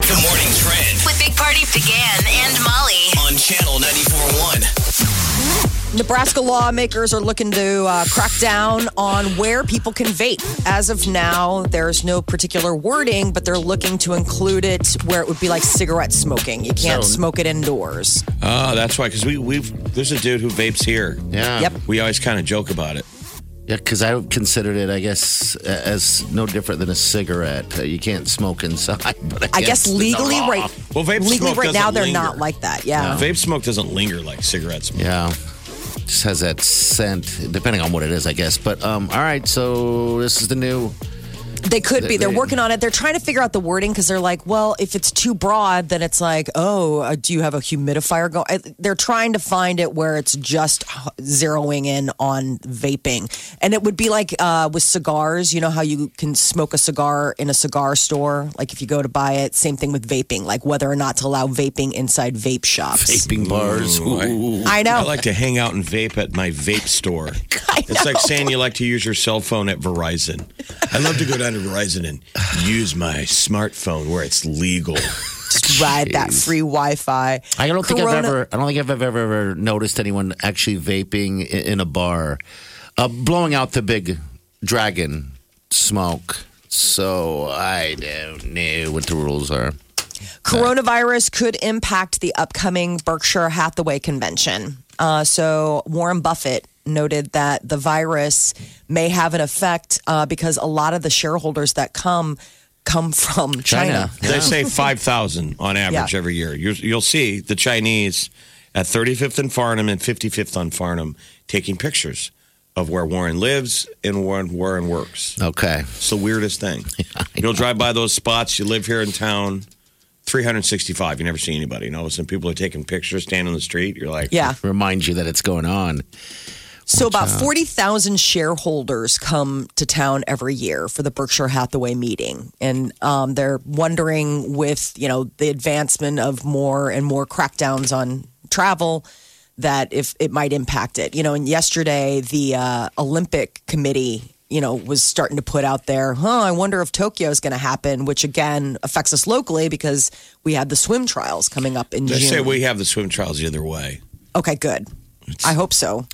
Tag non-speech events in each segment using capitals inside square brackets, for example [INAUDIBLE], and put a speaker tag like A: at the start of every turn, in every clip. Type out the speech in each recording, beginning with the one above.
A: Good morning, Trend
B: with Big Party began and Molly.
A: on Channel 94.1.
C: Nebraska lawmakers are looking to uh, crack down on where people can vape. As of now, there's no particular wording, but they're looking to include it where it would be like cigarette smoking. You can't
D: So-
C: smoke it indoors.
D: Oh, that's why. Because we we've there's a dude who vapes here.
E: Yeah.
C: Yep.
D: We always kind of joke about it.
E: Yeah, because I considered it, I guess, a- as no different than a cigarette. Uh, You can't smoke inside. [LAUGHS] But I,
C: I guess
E: it's
C: legally
E: not
C: right
E: off.
D: Well, vape
C: legally
D: smoke
C: right now
D: doesn't
C: they're
D: linger.
C: not like that. Yeah.
D: Vape smoke doesn't linger like cigarette smoke.
E: Yeah. Just has that scent, depending on what it is, I guess. But um, all right, so this is the new.
C: They could be. They're
E: They-
C: working on it. They're trying to figure out the wording because they're like, well, if it's too broad, then it's like, oh, uh, do you have a humidifier going? They're trying to find it where it's just h- zeroing in on vaping. And it would be like uh, with cigars, you know how you can smoke a cigar in a cigar store? Like if you go to buy it, same thing with vaping, like whether or not to allow vaping inside vape shops.
E: Vaping bars.
D: Ooh,
C: I know.
D: I like to hang out and vape at my vape store.
C: [LAUGHS] I
D: It's like saying you like to use your cell phone at Verizon. I love to go down to Verizon and use my smartphone where it's legal.
C: Just ride that free Wi Fi.
E: I don't think I've
C: Corona-
E: ever. I don't think I've ever, ever ever noticed anyone actually vaping i- in a bar, uh, blowing out the big dragon smoke. So I don't know what the rules are.
C: Coronavirus could impact the upcoming Berkshire Hathaway convention. Uh, so Warren Buffett noted that the virus may have an effect uh, because a lot of the shareholders that come come from China.
D: They say 5,000 on average
C: Yeah.
D: every year. You're, you'll see the Chinese at 35th and Farnham and 55th on Farnham taking pictures of where Warren lives and where Warren works.
E: Okay.
D: It's the weirdest thing. You'll drive by those spots. You live here in town, 365. You never see anybody. And all of a sudden, people are taking pictures, standing on the street. You're like,
C: Yeah.
E: Remind you that it's going on.
C: So about 40,000 shareholders come to town every year for the Berkshire Hathaway meeting. And um, they're wondering with, you know, the advancement of more and more crackdowns on travel that if it might impact it. You know, and yesterday the uh, Olympic committee, you know, was starting to put out there, huh, I wonder if Tokyo is going to happen, which again affects us locally because we had the swim trials coming up in
D: They
C: June.
D: say we have the swim trials the other way.
C: okay, good. I hope so.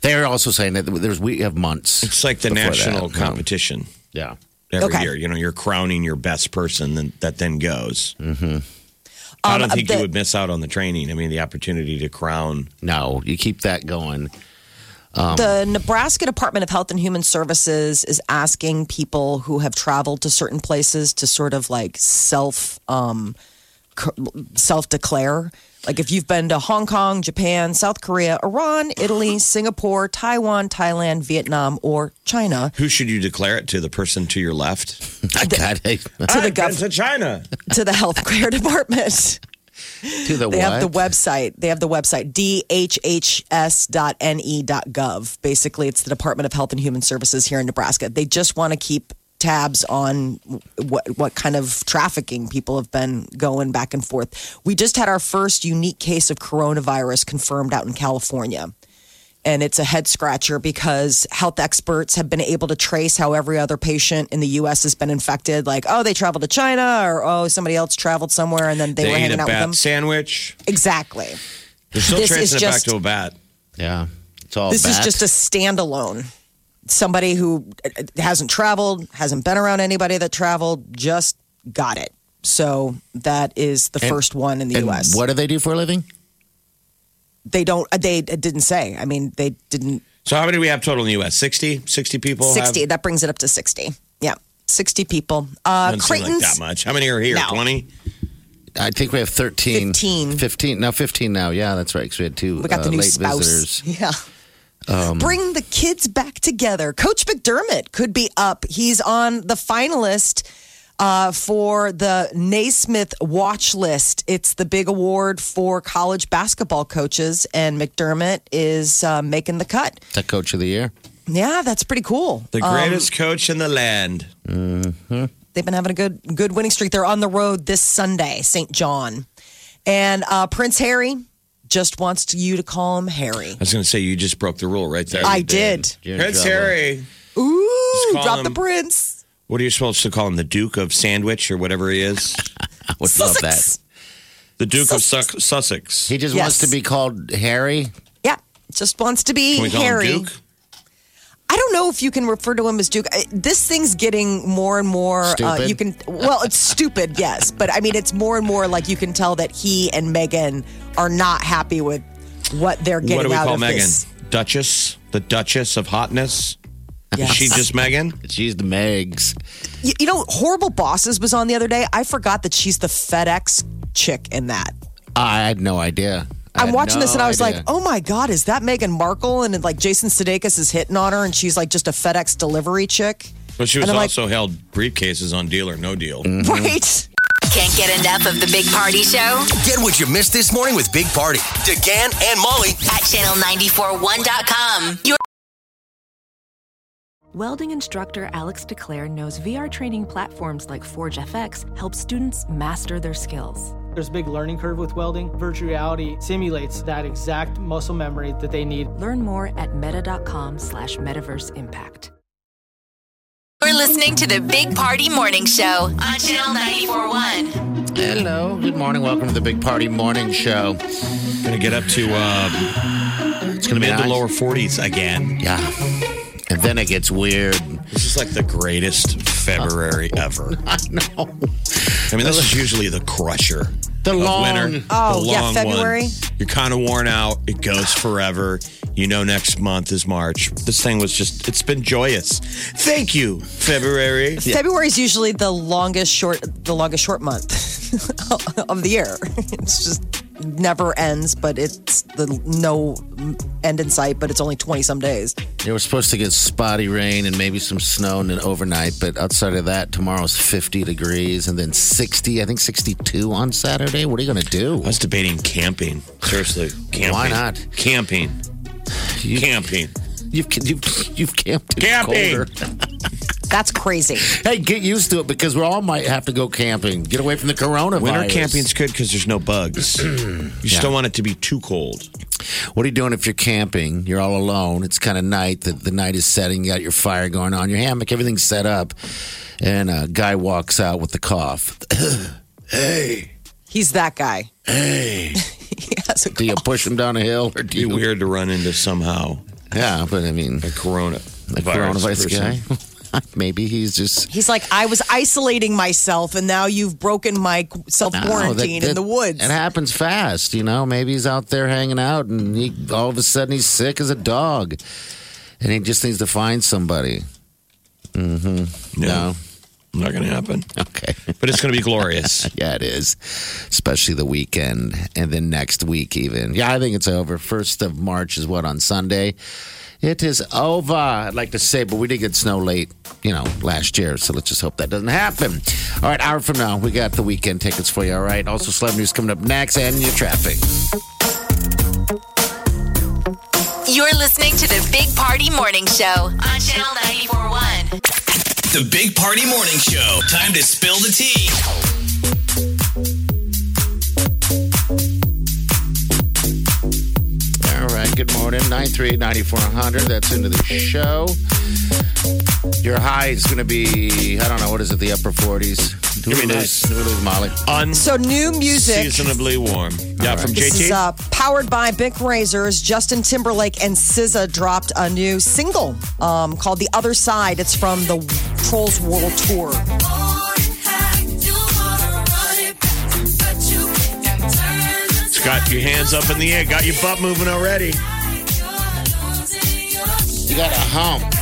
E: They're also saying that there's we have months.
D: It's like the
E: before
D: national
E: that.
D: competition
E: Yeah.
D: every
C: Okay.
D: year. You know, you're crowning your best person then, that then goes. Mm-hmm. I
C: Um,
D: don't think
C: the-
D: you would miss out on the training. I mean, the opportunity to crown.
E: No, you keep
C: [LAUGHS]
E: that going.
C: the Nebraska Department of Health and Human Services is asking people who have traveled to certain places to sort of like self um, self declare. Like if you've been to Hong Kong, Japan, South Korea, Iran, Italy, Singapore, Taiwan, Thailand, Vietnam, or China,
D: Who should you declare it to? The person to your left?
E: I got it.
C: to the
D: I've been
C: gov-
D: to China.
C: to the healthcare [LAUGHS] department.
E: to the
C: They
E: what?
C: have the website. They have the website dhhs.ne.gov. E Basically, it's the Department of Health and Human Services here in Nebraska. They just want to keep tabs on what what kind of trafficking people have been going back and forth. We just had our first unique case of coronavirus confirmed out in California. And it's a head scratcher because health experts have been able to trace how every other patient in the US has been infected. Like, oh, they traveled to China or oh, somebody else traveled somewhere and then they,
D: They,
C: were
D: ate a
C: hanging out with them.
D: bat sandwich.
C: Exactly.
D: They're still
C: This is
D: tracing it back
C: just-
D: to a bat.
E: yeah. It's all
C: This
E: back.
C: is just a standalone. Somebody who uh, hasn't traveled, hasn't been around anybody that traveled, just got it. So that is the first one in the
E: And
C: U.S.
E: What do they do for a living?
C: They don't. uh, They it didn't say. I mean, they didn't.
D: So how many do we have total in the U.S.? 60? 60 people? have-
C: Sixty. That brings it up to sixty. Yeah, sixty people. Uh,
D: Doesn't seem like
C: Creighton's.
D: that much. How many are here?
C: No.
D: 20?
E: I think we have 13.
C: 15.
E: 15. No, 15 now. Yeah, that's right. Because we had two
C: we got
E: uh,
C: the new
E: late
C: spouse.
E: visitors.
C: [LAUGHS]
E: Um,
C: Yeah. Bring the kids back together. Coach McDermott could be up. He's on the finalist uh, for the Naismith Watch List. It's the big award for college basketball coaches, and McDermott is uh, making the cut.
E: The coach of the year.
C: Yeah, that's pretty cool. Um,
D: The greatest coach in the land.
C: They've been having a good good winning streak. They're on the road this Sunday, St. John, and uh, Prince Harry just wants to, you to call him Harry.
D: I was going to say you just broke the rule right there.
C: I did.
E: You're in
D: Prince
E: trouble.
D: Harry.
C: Ooh,
D: call
C: drop
D: him-
C: the prince.
D: What are you supposed to call him? The Duke of Sandwich or whatever he is.
E: I would love that.
C: Sussex.
D: The Duke of Suck Sussex.
E: He just wants
C: Yes.
E: to be called Harry.
C: Yeah, just wants to be
D: Can we call
C: Harry.
D: him Duke?
C: I don't know if you can refer to him as Duke. I- This thing's getting more and more. Uh,
E: Stupid.
C: you can well, it's stupid, yes, but I mean, it's more and more like you can tell that he and Megan are not happy with what they're getting
D: What do we
C: out
D: call
C: of
D: Megan?
C: this.
D: Duchess. The Duchess of Hotness.
C: Yes.
D: Is she just Megan?
E: She's the Megs.
C: you, you know, horrible bosses was on the other day. I forgot that she's the FedEx chick in that.
E: I had no idea. I
C: I'm
E: had
C: watching this
E: no
C: and I was
E: idea.
C: like, oh my God, is that Meghan Markle? And like Jason Sudeikis is hitting on her and she's like just a FedEx delivery chick.
D: But she was
C: And I'm like- Mm.
D: also held briefcases on Deal or No Deal.
E: Mm-hmm.
C: Right?
B: Can't get enough of the Big Party Show
A: Get what you missed this morning with Big Party. DeGan and Molly.
B: at channel941.com. Your
F: Welding instructor Alex DeClaire knows VR training platforms like ForgeFX help students master their skills.
G: There's a big learning curve with welding. Virtual reality simulates that exact muscle memory that they need.
F: Learn more at meta.com slash metaverse impact.
B: you're listening to the Big Party Morning Show on channel 941.
E: hello, good morning, welcome to the Big Party Morning Show.
D: Gonna get up to um,
E: It's gonna
D: mid
E: nice.
D: to lower 40s again.
E: Yeah, and then it gets weird. [LAUGHS]
D: This is like the greatest
C: [LAUGHS]
D: February ever.
E: I know.
D: I mean, this is usually the crusher.
E: The
D: of
E: long-
D: winter.
C: Oh,
D: The
C: yeah,
D: long
C: February.
D: one. You're kind of worn out. It goes forever. You know, next month is March. This thing was just, it's been joyous. Thank you, February.
C: February is usually the longest short, the longest short month [LAUGHS] of the year. It's just never ends, but it's the no end in sight. But it's only twenty some days.
E: They were supposed to get spotty rain and maybe some snow and then overnight, but outside of that, tomorrow's 50 degrees and then 60, I think 62 on Saturday. What are you going to do?
D: I was debating camping. Seriously, camping.
E: Why not?
D: Camping.
E: You-
D: Camping.
E: You've, you've, you've camped. in
D: Camping.
E: colder.
C: That's crazy.
E: Hey, get used to it because we all might have to go camping. Get away from the coronavirus.
D: Winter camping's good because there's no bugs. [CLEARS THROAT] you just don't want it to be too cold.
E: What are you doing if you're camping? You're all alone. It's kind of night. The, the night is setting. You got your fire going on, your hammock, everything's set up. And a guy walks out with the cough. [COUGHS]
C: He's that guy. [LAUGHS] Hey. yes.
E: Do you push him down a hill or do you?
D: Be weird to run into somehow
E: Yeah, but I mean,
D: a corona.
E: the coronavirus guy. [LAUGHS] Maybe he's just.
C: He's like, I was isolating myself, and now you've broken my self
E: No, that-
C: quarantine in
E: that-
C: the woods.
E: It happens fast, you know. Maybe he's out there hanging out, and he, all of a sudden he's sick as a dog, and he just needs to find somebody. [LAUGHS]
D: No, not going to happen.
E: Okay.
D: [LAUGHS] But it's going to be glorious.
E: Yeah, it is, especially the weekend and then next week even. Yeah, I think it's over. First of March is what on Sunday. It is over. I'd like to say, but we did get snow late, you know, last year. So let's just hope that doesn't happen. All right, hour from now, we got the weekend tickets for you. All right. Also, celeb news coming up next, and your traffic.
B: You're listening to the Big Party Morning Show on channel 941.
A: [LAUGHS] The Big Party Morning Show. Time to spill the tea.
E: All right. Good morning. 938-9400. That's into the show. Your high is going to be, I don't know, what is it, the upper 40s? Do we
D: Give me
E: lose, do we lose Molly?
C: so new music.
D: Unseasonably warm. Yeah, from
C: This is
D: JT.
C: uh, powered by Bic Razors. Justin Timberlake and SZA dropped a new single um, called "The Other Side." It's from the Trolls World Tour.
D: Got your hands up in the air. Got your butt moving already.
E: You got a hump.
D: [LAUGHS]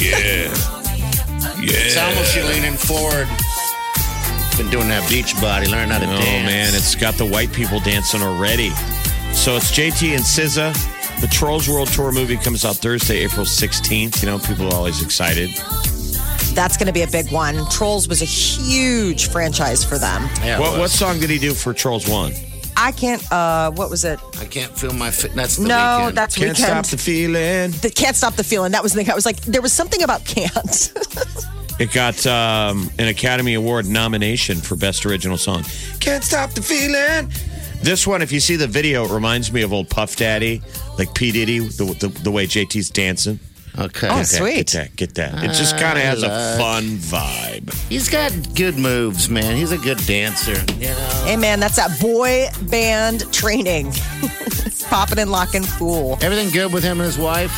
D: Yeah.
E: It's
D: Yeah.
E: almost you leaning forward. Been doing that beach body, learn how to
D: Oh
E: dance.
D: man, it's got the white people dancing already. So it's JT and SZA. The Trolls World Tour movie comes out Thursday, April 16th. You know, people are always excited.
C: That's going to be a big one. Trolls was a huge franchise for them.
E: Yeah,
D: What,
E: well,
D: what song did he do for Trolls One?
C: I can't. Uh, what was it?
E: I can't feel my fit. That's the
C: no,
E: weekend.
C: that's
D: Can't
C: weekend.
D: stop the feeling.
C: the can't stop the feeling. That was the thing. I was like, there was something about can't. [LAUGHS]
D: It got um, an Academy Award nomination for Best Original Song. Can't stop the feeling. This one, if you see the video, it reminds me of old Puff Daddy, like P Diddy, the, the, the way JT's dancing.
E: okay.
C: Oh,
D: Get that,
C: sweet.
D: Get that. Get that. It just kind of has a fun vibe.
E: He's got good moves, man. He's a good dancer. You know,
C: hey man, that's that boy band training. [LAUGHS] Popping and locking fool.
E: everything good with him and his wife.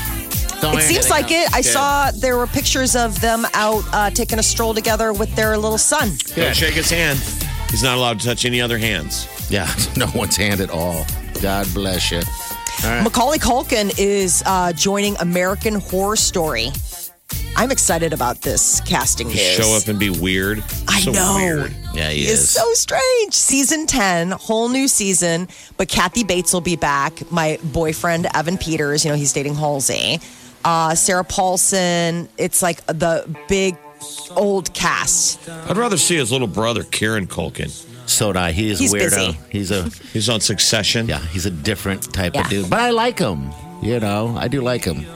E: Don't
C: It
E: hear
C: seems
E: anything
C: like it.
E: else.
C: I
E: Good.
C: saw there were pictures of them out uh, taking a stroll together with their little son.
D: Don't
E: Good.
D: shake his hand. He's not allowed to touch any other hands.
E: Yeah, [LAUGHS] no one's hand at all. God bless you.
C: Macaulay Culkin is uh, joining American Horror Story. I'm excited about this casting news.
D: Show up and be weird.
C: I
D: so
C: know.
D: Weird.
E: Yeah, he,
C: He is so strange. Season 10, whole new season, but Kathy Bates will be back. My boyfriend, Evan Peters, you know, he's dating Halsey. Uh, Sarah Paulson. It's like the big old cast.
D: I'd rather see his little brother, Kieran Culkin.
E: So did I. He is
C: He's
E: a weirdo.
C: busy. [LAUGHS]
E: He's a
D: He's on Succession.
E: yeah. He's a different type
C: Yeah.
E: of dude, but I like him. You know, I do like him.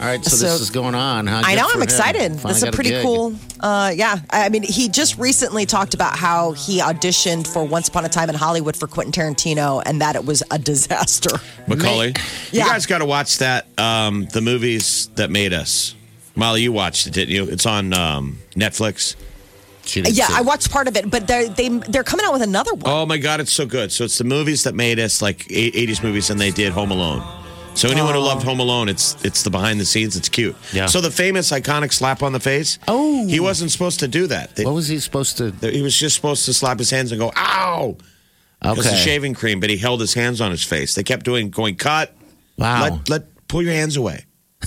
E: All right, so,
C: So-
E: this is going on. Huh?
C: I
E: Good
C: know.
E: for
C: I'm
E: him.
C: excited.
E: Finally
C: That's a
E: got
C: pretty
E: gig.
C: cool. Uh, yeah. I I mean, he just recently talked about how he auditioned for Once Upon a Time in Hollywood for Quentin Tarantino and that it was a disaster.
D: Macaulay.
C: Yeah.
D: You guys got to watch that. Um, the movies that made us. Molly, you watched it, didn't you? It's on um, Netflix.
E: She didn't
C: Yeah,
E: see
C: I
E: it.
C: watched part of it, but they're, they they're coming out with another one.
D: Oh my God, it's so good. So it's the movies that made us, like eight- '80s movies, and they did Home Alone. So anyone who loved Home Alone, it's it's the behind the scenes. It's cute.
E: Oh. Yeah.
D: So the famous iconic slap on the face.
E: Oh.
D: he wasn't supposed to do that. They-
E: What was he supposed to?
D: he was just supposed to slap his hands and go ow because
E: Okay.
D: of shaving cream, but he held his hands on his face. They kept doing going cut.
E: Wow.
D: Let let pull your hands away.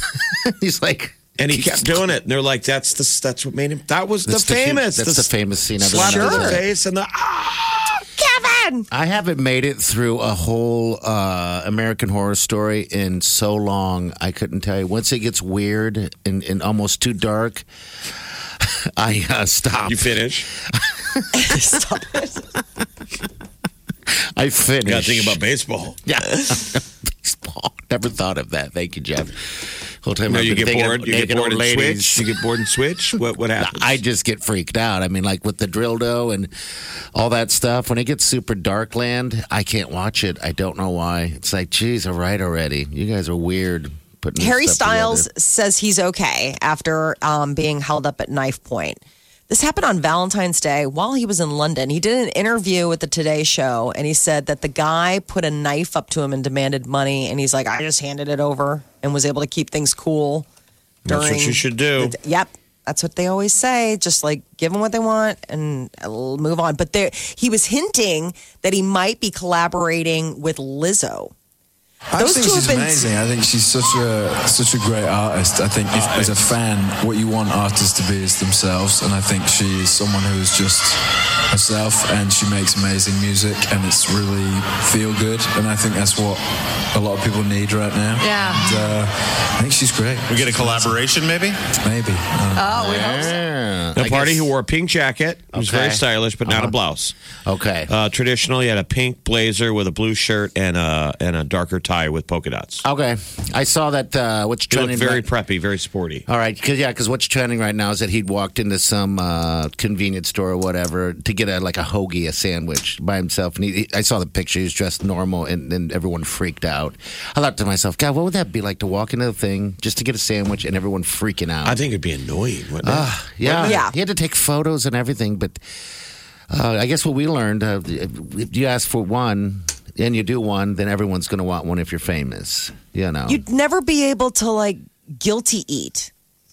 E: [LAUGHS] He's like,
D: And he kept doing it. And they're like, that's the, that's what made him. That was
E: [LAUGHS]
D: the
E: That's the huge-
D: famous.
E: that's the famous scene. I've
D: Slap
E: seen.
D: in the
E: Sure.
D: face and the ah.
C: Kevin!
E: I haven't made it through a whole uh, American Horror Story in so long. I couldn't tell you. Once it gets weird and, and almost too dark, [LAUGHS] I uh, stop.
D: You finish.
E: Oh, [LAUGHS]
C: Stop it.
E: I finish.
D: You got to think about baseball.
E: [LAUGHS] yeah. Baseball. Never thought of that. Thank you, Jeff. Whole time
D: No,
E: I've
D: you
E: been
D: get
E: thinking
D: bored.
E: of
D: You get
E: naked old
D: bored and
E: ladies.
D: switch. You get bored and switch. What what happens?
E: I just get freaked out. I mean, like with the drill dough and all that stuff. When it gets super dark land, I can't watch it. I don't know why. It's like, geez, all right already. You guys are weird. Putting this
C: Harry
E: stuff
C: Styles
E: together.
C: says he's okay after um, being held up at knife point. This happened on Valentine's Day while he was in London. He did an interview with the Today Show and he said that the guy put a knife up to him and demanded money. And he's like, I just handed it over and was able to keep things cool.
D: That's what
C: during
D: you should do.
C: the- yep. That's what they always say. Just like give them what they want and I'll move on. But there, he was hinting that he might be collaborating with Lizzo.
H: I
C: Those
H: think
C: two have
H: she's
C: been-
H: amazing. I think she's such a such a great artist. I think if, as a fan, what you want artists to be is themselves, and I think she is someone who is just herself, and she makes amazing music, and it's really feel good, and I think that's what a lot of people need right now.
C: Yeah.
H: And, uh, I think she's great.
I: We get a collaboration, maybe?
H: Maybe. Uh,
E: Yeah.
C: uh,
D: the
E: I
D: party
E: guess-
D: who wore a pink jacket. He was very
E: Okay. Uh-huh.
D: stylish, but not a blouse.
E: Okay.
D: Uh, traditional, he had a pink blazer with a blue shirt and a and a darker tie with polka dots.
E: okay. I saw that. Uh, what's
D: He looked
E: trending?
D: very
E: right-
D: preppy, very sporty.
E: all right, because yeah, because what's trending right now is that he'd walked into some uh, convenience store or whatever to get a like a hoagie, a sandwich by himself, and he, he- I saw the picture. He was dressed normal, and then everyone freaked out. I thought to myself, God, what would that be like to walk into the thing just to get a sandwich and everyone freaking out?
D: I think it'd be annoying, wouldn't it?
E: Yeah,
C: Yeah.
E: He had to take photos and everything, but uh, I guess what we learned: uh, if you ask for one and you do one, then everyone's going to want one if you're famous. You know,
C: You'd never be able to like guilty eat.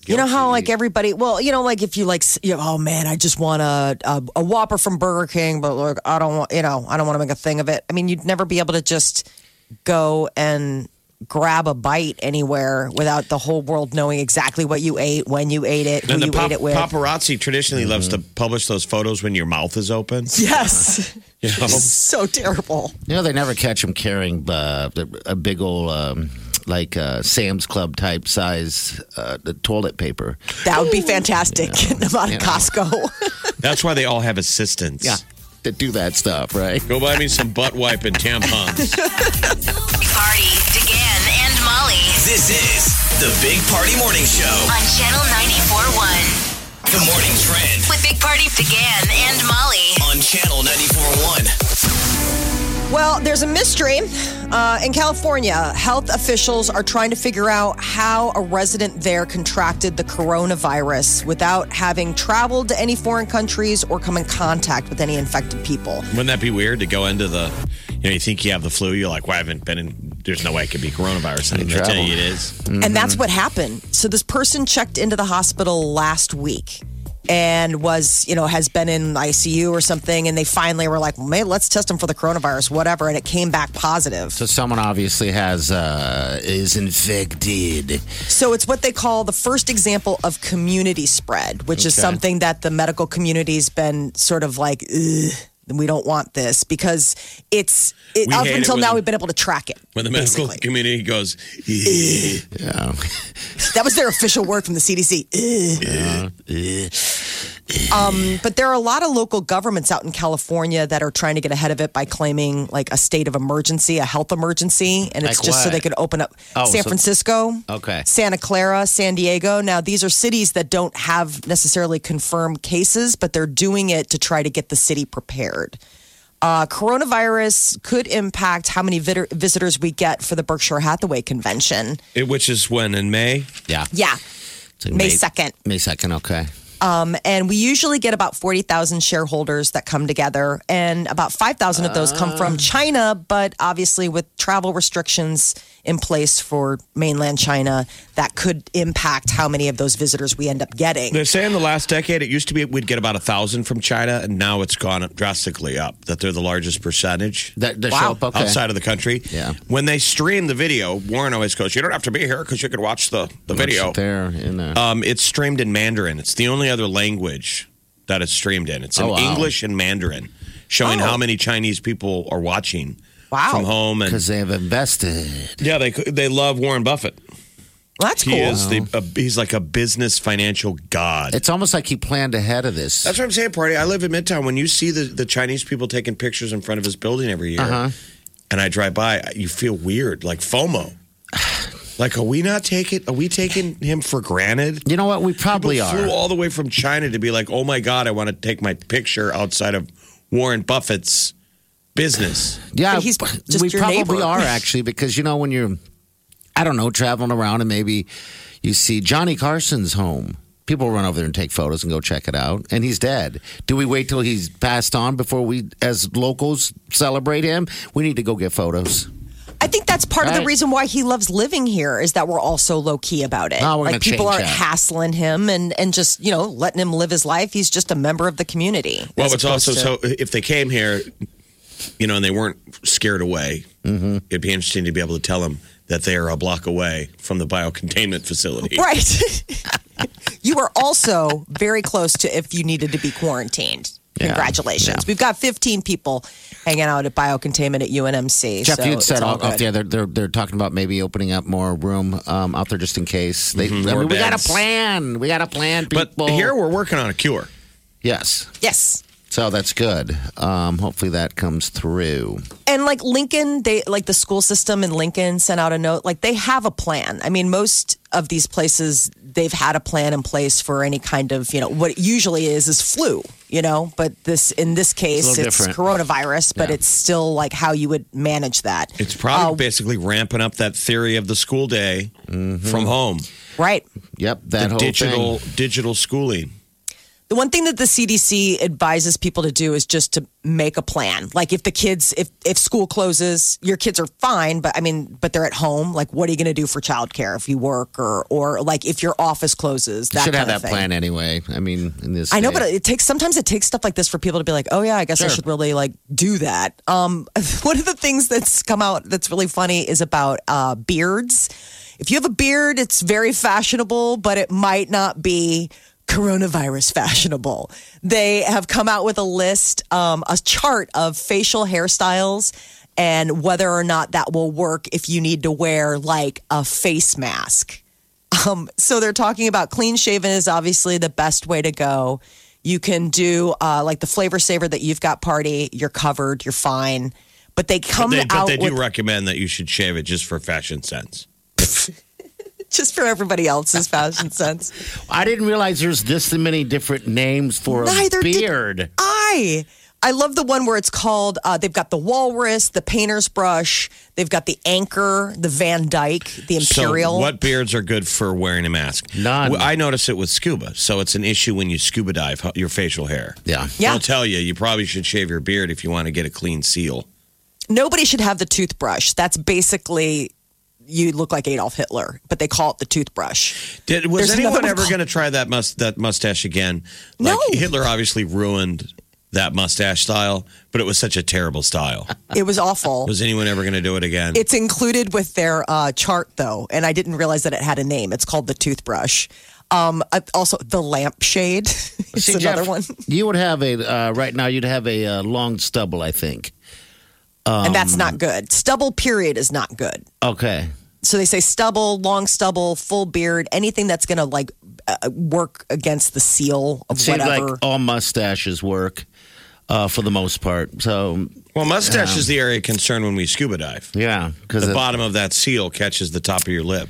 C: you know how like everybody, well, you know, like if you like, s- you know, oh man, I just want a, a a Whopper from Burger King, but like I don't want, you know, I don't want to make a thing of it. I mean, you'd never be able to just go and grab a bite anywhere without the whole world knowing exactly what you ate, when you ate it, who
D: And the
C: you
D: pap-
C: ate it with.
D: paparazzi traditionally loves to publish those photos when your mouth is [LAUGHS] open.
C: [LAUGHS] yes,
D: You know?
C: so terrible.
E: you know they never catch them carrying uh, a big old um, like uh, Sam's Club type size uh, the toilet paper.
C: That would be fantastic. [LAUGHS] Getting them out of
E: you know.
C: Costco.
D: That's why they all have assistants.
E: To do that stuff, right?
D: Go buy me some butt wipe and
C: [LAUGHS]
D: tampons.
B: Big Party, DeGan and Molly
A: This is the Big Party Morning Show.
B: on Channel 94.1
A: The morning trend
B: with Big Party, DeGan and Molly.
A: on Channel 94.1.
C: Well, there's a mystery. Uh, in California, health officials are trying to figure out how a resident there contracted the coronavirus without having traveled to any foreign countries or come in contact with any infected people.
D: Wouldn't that be weird to go into the, you know, you think you have the flu, you're like, well, I haven't been in, there's no way it could be coronavirus. And they
E: travel.
D: tell you it is.
C: And that's what happened. So this person checked into the hospital last week and was, you know, has been in ICU or something. And they finally were like, man, let's test him for the coronavirus, whatever. And it came back positive.
E: So someone obviously has uh, is infected.
C: So it's what they call the first example of community spread, which is
E: Okay.
C: something that the medical community's been sort of like, Ugh, we don't want this because it's it,
D: We
C: up
D: hate it
C: until
D: when
C: now
D: the-
C: we've been able to track it.
D: When the medical
C: basically.
D: community goes,
E: [LAUGHS] Yeah.
C: that was their official word from the CDC. Ugh. Um, but there are a lot of local governments out in California that are trying to get ahead of it by claiming like a state of emergency, a health emergency, and it's
E: Like
C: just so
E: what?
C: they can open up
E: Oh,
C: San
E: so-
C: Francisco,
E: Okay.
C: Santa Clara, San Diego. Now these are cities that don't have necessarily confirmed cases, but they're doing it to try to get the city prepared. Uh, coronavirus could impact how many vid- visitors we get for the Berkshire Hathaway convention.
D: it, which is when in May?
E: Yeah.
C: Yeah.
E: So
C: May 2nd.
E: May 2nd, okay.
C: Um, and we usually get about 40,000 shareholders that come together, and about 5,000 of those come
D: Ah.
C: from China. But obviously, with travel restrictions in place for mainland China, that could impact how many of those visitors we end up getting.
D: They're saying the last decade it used to be we'd get about a thousand from China, and now it's gone up drastically up. That they're the largest percentage
E: That, that
C: Wow.
E: show up, okay.
D: outside of the country.
E: Yeah.
D: When they stream the video, Warren always goes, "You don't have to be here because you can watch the the
E: Watch
D: video."
E: it There in a,
D: Um, it's streamed in Mandarin. It's the only other language that it's streamed in. It's in
E: Oh, wow. Oh.
D: English and Mandarin, showing how many Chinese people are watching
C: Wow.
D: from home. And
E: because they have invested.
D: yeah, they they love Warren Buffett.
C: Well, that's
D: He
C: cool.
D: is the uh, he's like a business financial god.
E: It's almost like he planned ahead of this.
D: That's what I'm saying, party. I live in Midtown. When you see the, the Chinese people taking pictures in front of his building every year,
E: Uh-huh.
D: and I drive by, you feel weird,
E: [SIGHS]
D: like FOMO. Like, are we not taking? Are we taking him for granted?
E: you know what? We
D: People
E: probably
D: flew
E: are.
D: all the way from China to be like, oh my god, I want to take my picture outside of Warren Buffett's
E: [SIGHS]
D: business.
E: Yeah,
C: But he's
E: b-
C: just
E: we
C: your
E: probably
C: neighbor. [LAUGHS]
E: are actually because you know when you're, I don't know, traveling around and maybe you see Johnny Carson's home. People run over there and take photos and go check it out, and he's dead. Do we wait till he's passed on before we, as locals, celebrate him? We need to go get photos.
C: I think that's part of the
E: Right.
C: reason why he loves living here is that we're all so low key about
D: Ah,
C: it.
E: Oh, we're
C: like
E: gonna
C: people
E: change
C: aren't
E: that.
C: hassling him and, and just, you know, letting him live his life. He's just a member of the community.
D: Well,
C: as
D: it's also
C: opposed to-
D: so if they came here, you know, and they weren't scared away,
E: Mm-hmm.
D: it'd be interesting to be able to tell them that they are a block away from the biocontainment facility.
C: [LAUGHS] Right. you were also very close to if you needed to be quarantined.
E: Yeah.
C: Congratulations.
E: Yeah.
C: We've got 15 people hanging out at biocontainment at UNMC.
E: Jeff,
C: so
E: you'd said
C: it's all
E: off, off
C: good.
E: the other. They're, they're talking about maybe opening up more room um, out there just in case. They, I
D: Mm-hmm, more
E: mean, we got
D: beds.
E: a plan. We got a plan, people.
D: But here we're working on a cure.
E: yes.
C: Yes.
E: So that's good. Um, hopefully that comes through.
C: And like Lincoln, they like the school system in Lincoln sent out a note. Like they have a plan. I mean, most of these places they've had a plan in place for any kind of you know what it usually is is flu. You know, but this in this case
E: little
C: it's,
E: different.
C: coronavirus, but
E: Yeah.
C: it's still like how you would manage that. Uh,
D: It's
C: Oh.
D: probably basically ramping up that theory of the school day from home,
C: right.
E: Yep, that
D: the
E: whole thing.
D: digital digital schooling.
C: The one thing that the CDC advises people to do is just to make a plan. Like if the kids, if if school closes, your kids are fine, but I mean, but they're at home. Like, what are you going to do for childcare if you work or or like if your office closes? That
E: should
C: kind
E: have that
C: of thing.
E: plan anyway. I mean, in this,
C: I know, but
E: day.
C: it takes sometimes it takes stuff like this for people to be like, oh yeah, I guess I
E: Sure.
C: should really like do that. Um, [LAUGHS] one of the things that's come out that's really funny is about uh, beards. If you have a beard, it's very fashionable, but it might not be coronavirus fashionable. They have come out with a list, um, a chart of facial hairstyles. and whether or not that will work if you need to wear like a face mask. Um, so they're talking about clean shaven is obviously the best way to go. You can do uh, like the flavor saver that you've got party. You're covered. You're fine. But they come
D: They, but
C: out
D: they do
C: with,
D: recommend that you should shave it just for fashion sense.
C: [LAUGHS] just for everybody else's
D: [LAUGHS]
C: fashion sense.
E: I didn't realize there's this many different names for
C: Neither
E: a
C: did-
E: beard.
C: I I love the one where it's called. Uh, they've got the walrus, the painter's brush. They've got the anchor, the Van Dyke, the imperial.
D: So what beards are good for wearing a mask?
E: None.
D: Well, I notice it with scuba, so it's an issue when you scuba dive ho- your facial hair.
E: Yeah.
C: Yeah.
D: They'll tell you you probably should shave your beard if you want to get a clean seal.
C: Nobody should have the toothbrush. That's basically you look like Adolf Hitler, but they call it the toothbrush.
D: Did, was
C: There's
D: anyone
C: nothing [LAUGHS]
D: ever
C: called-
D: going to try that must that mustache again? Like,
C: No.
D: Hitler obviously ruined that mustache style, but it was such a terrible style.
C: It was awful.
D: was anyone ever going to do it again?
C: It's included with their uh, chart, though, and I didn't realize that it had a name. It's called the toothbrush. Um, uh, also, the lampshade [LAUGHS] is
E: See,
C: another
E: Jeff,
C: one,
E: You would have a uh, right now. You'd have a uh, long stubble, I think.
C: and that's
E: um,
C: not good. Stubble period is not good.
E: Okay.
C: so they say stubble, long stubble, full beard, anything that's going to like uh, work against the seal of
E: Seems
C: whatever.
E: like oh. all mustaches work uh, for the most part. So
D: well, mustache is the area of concern when we scuba dive.
E: yeah, because
D: The bottom of that seal catches the top of your lip.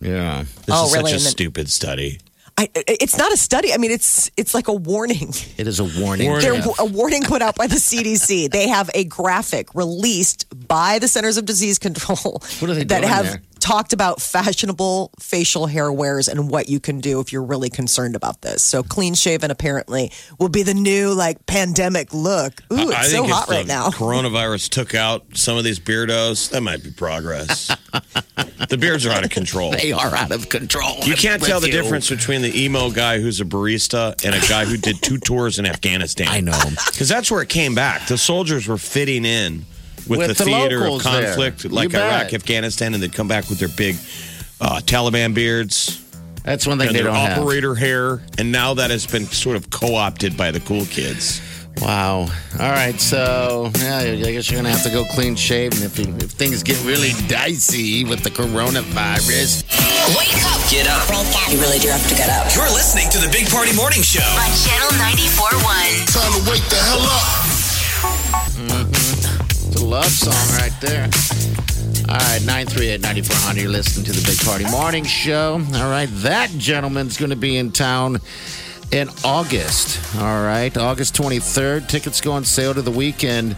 E: Yeah.
D: This
C: Oh, really?
D: is such a
C: And then-
D: stupid study.
C: I, uh, it's not a study. I mean, it's it's like a warning. [LAUGHS]
E: It is a warning.
D: Warning.
C: There,
E: Jeff.
C: a warning put out by the CDC. They have a graphic released by the Centers of Disease Control
E: What are they
C: that
E: doing
C: have
E: there?
C: talked about fashionable facial hair wears and what you can do if you're really concerned about this. So clean shaven apparently will be the new like pandemic look. Ooh, it's
D: I
C: so
D: think
C: hot
D: if the
C: right now.
D: coronavirus took out some of these beardos, that might be
C: [LAUGHS]
D: progress. the beards are out of control.
E: They are out of control.
D: You can't tell the
E: With you.
D: difference between the emo guy who's a barista and a guy who
E: [LAUGHS]
D: did two tours in Afghanistan.
E: I know.
D: Because that's where it came back. The soldiers were fitting in with,
E: With the
D: the, theater of
E: locals there.
D: conflict,
E: You
D: like Iraq,
E: bet.
D: Afghanistan, and they'd come back with their big uh, Taliban beards
E: That's one thing
D: and
E: they
D: their
E: don't have.
D: operator hair. And now that has been sort of co opted by the cool kids.
E: Wow. All right. So yeah, I guess you're gonna have to go clean shaven if, you, if things get really dicey with the coronavirus.
B: Wake up
A: Get up.
I: You really do have to get up.
A: You're listening to the Big Party Morning Show.
B: on Channel 94.1.
I: Time to wake the hell up.
E: It's a love song right there. All right, 938-9400. You're listening to the Big Party Morning Show. All right, that gentleman's going to be in town in August. All right, August 23rd. Tickets go on sale to the weekend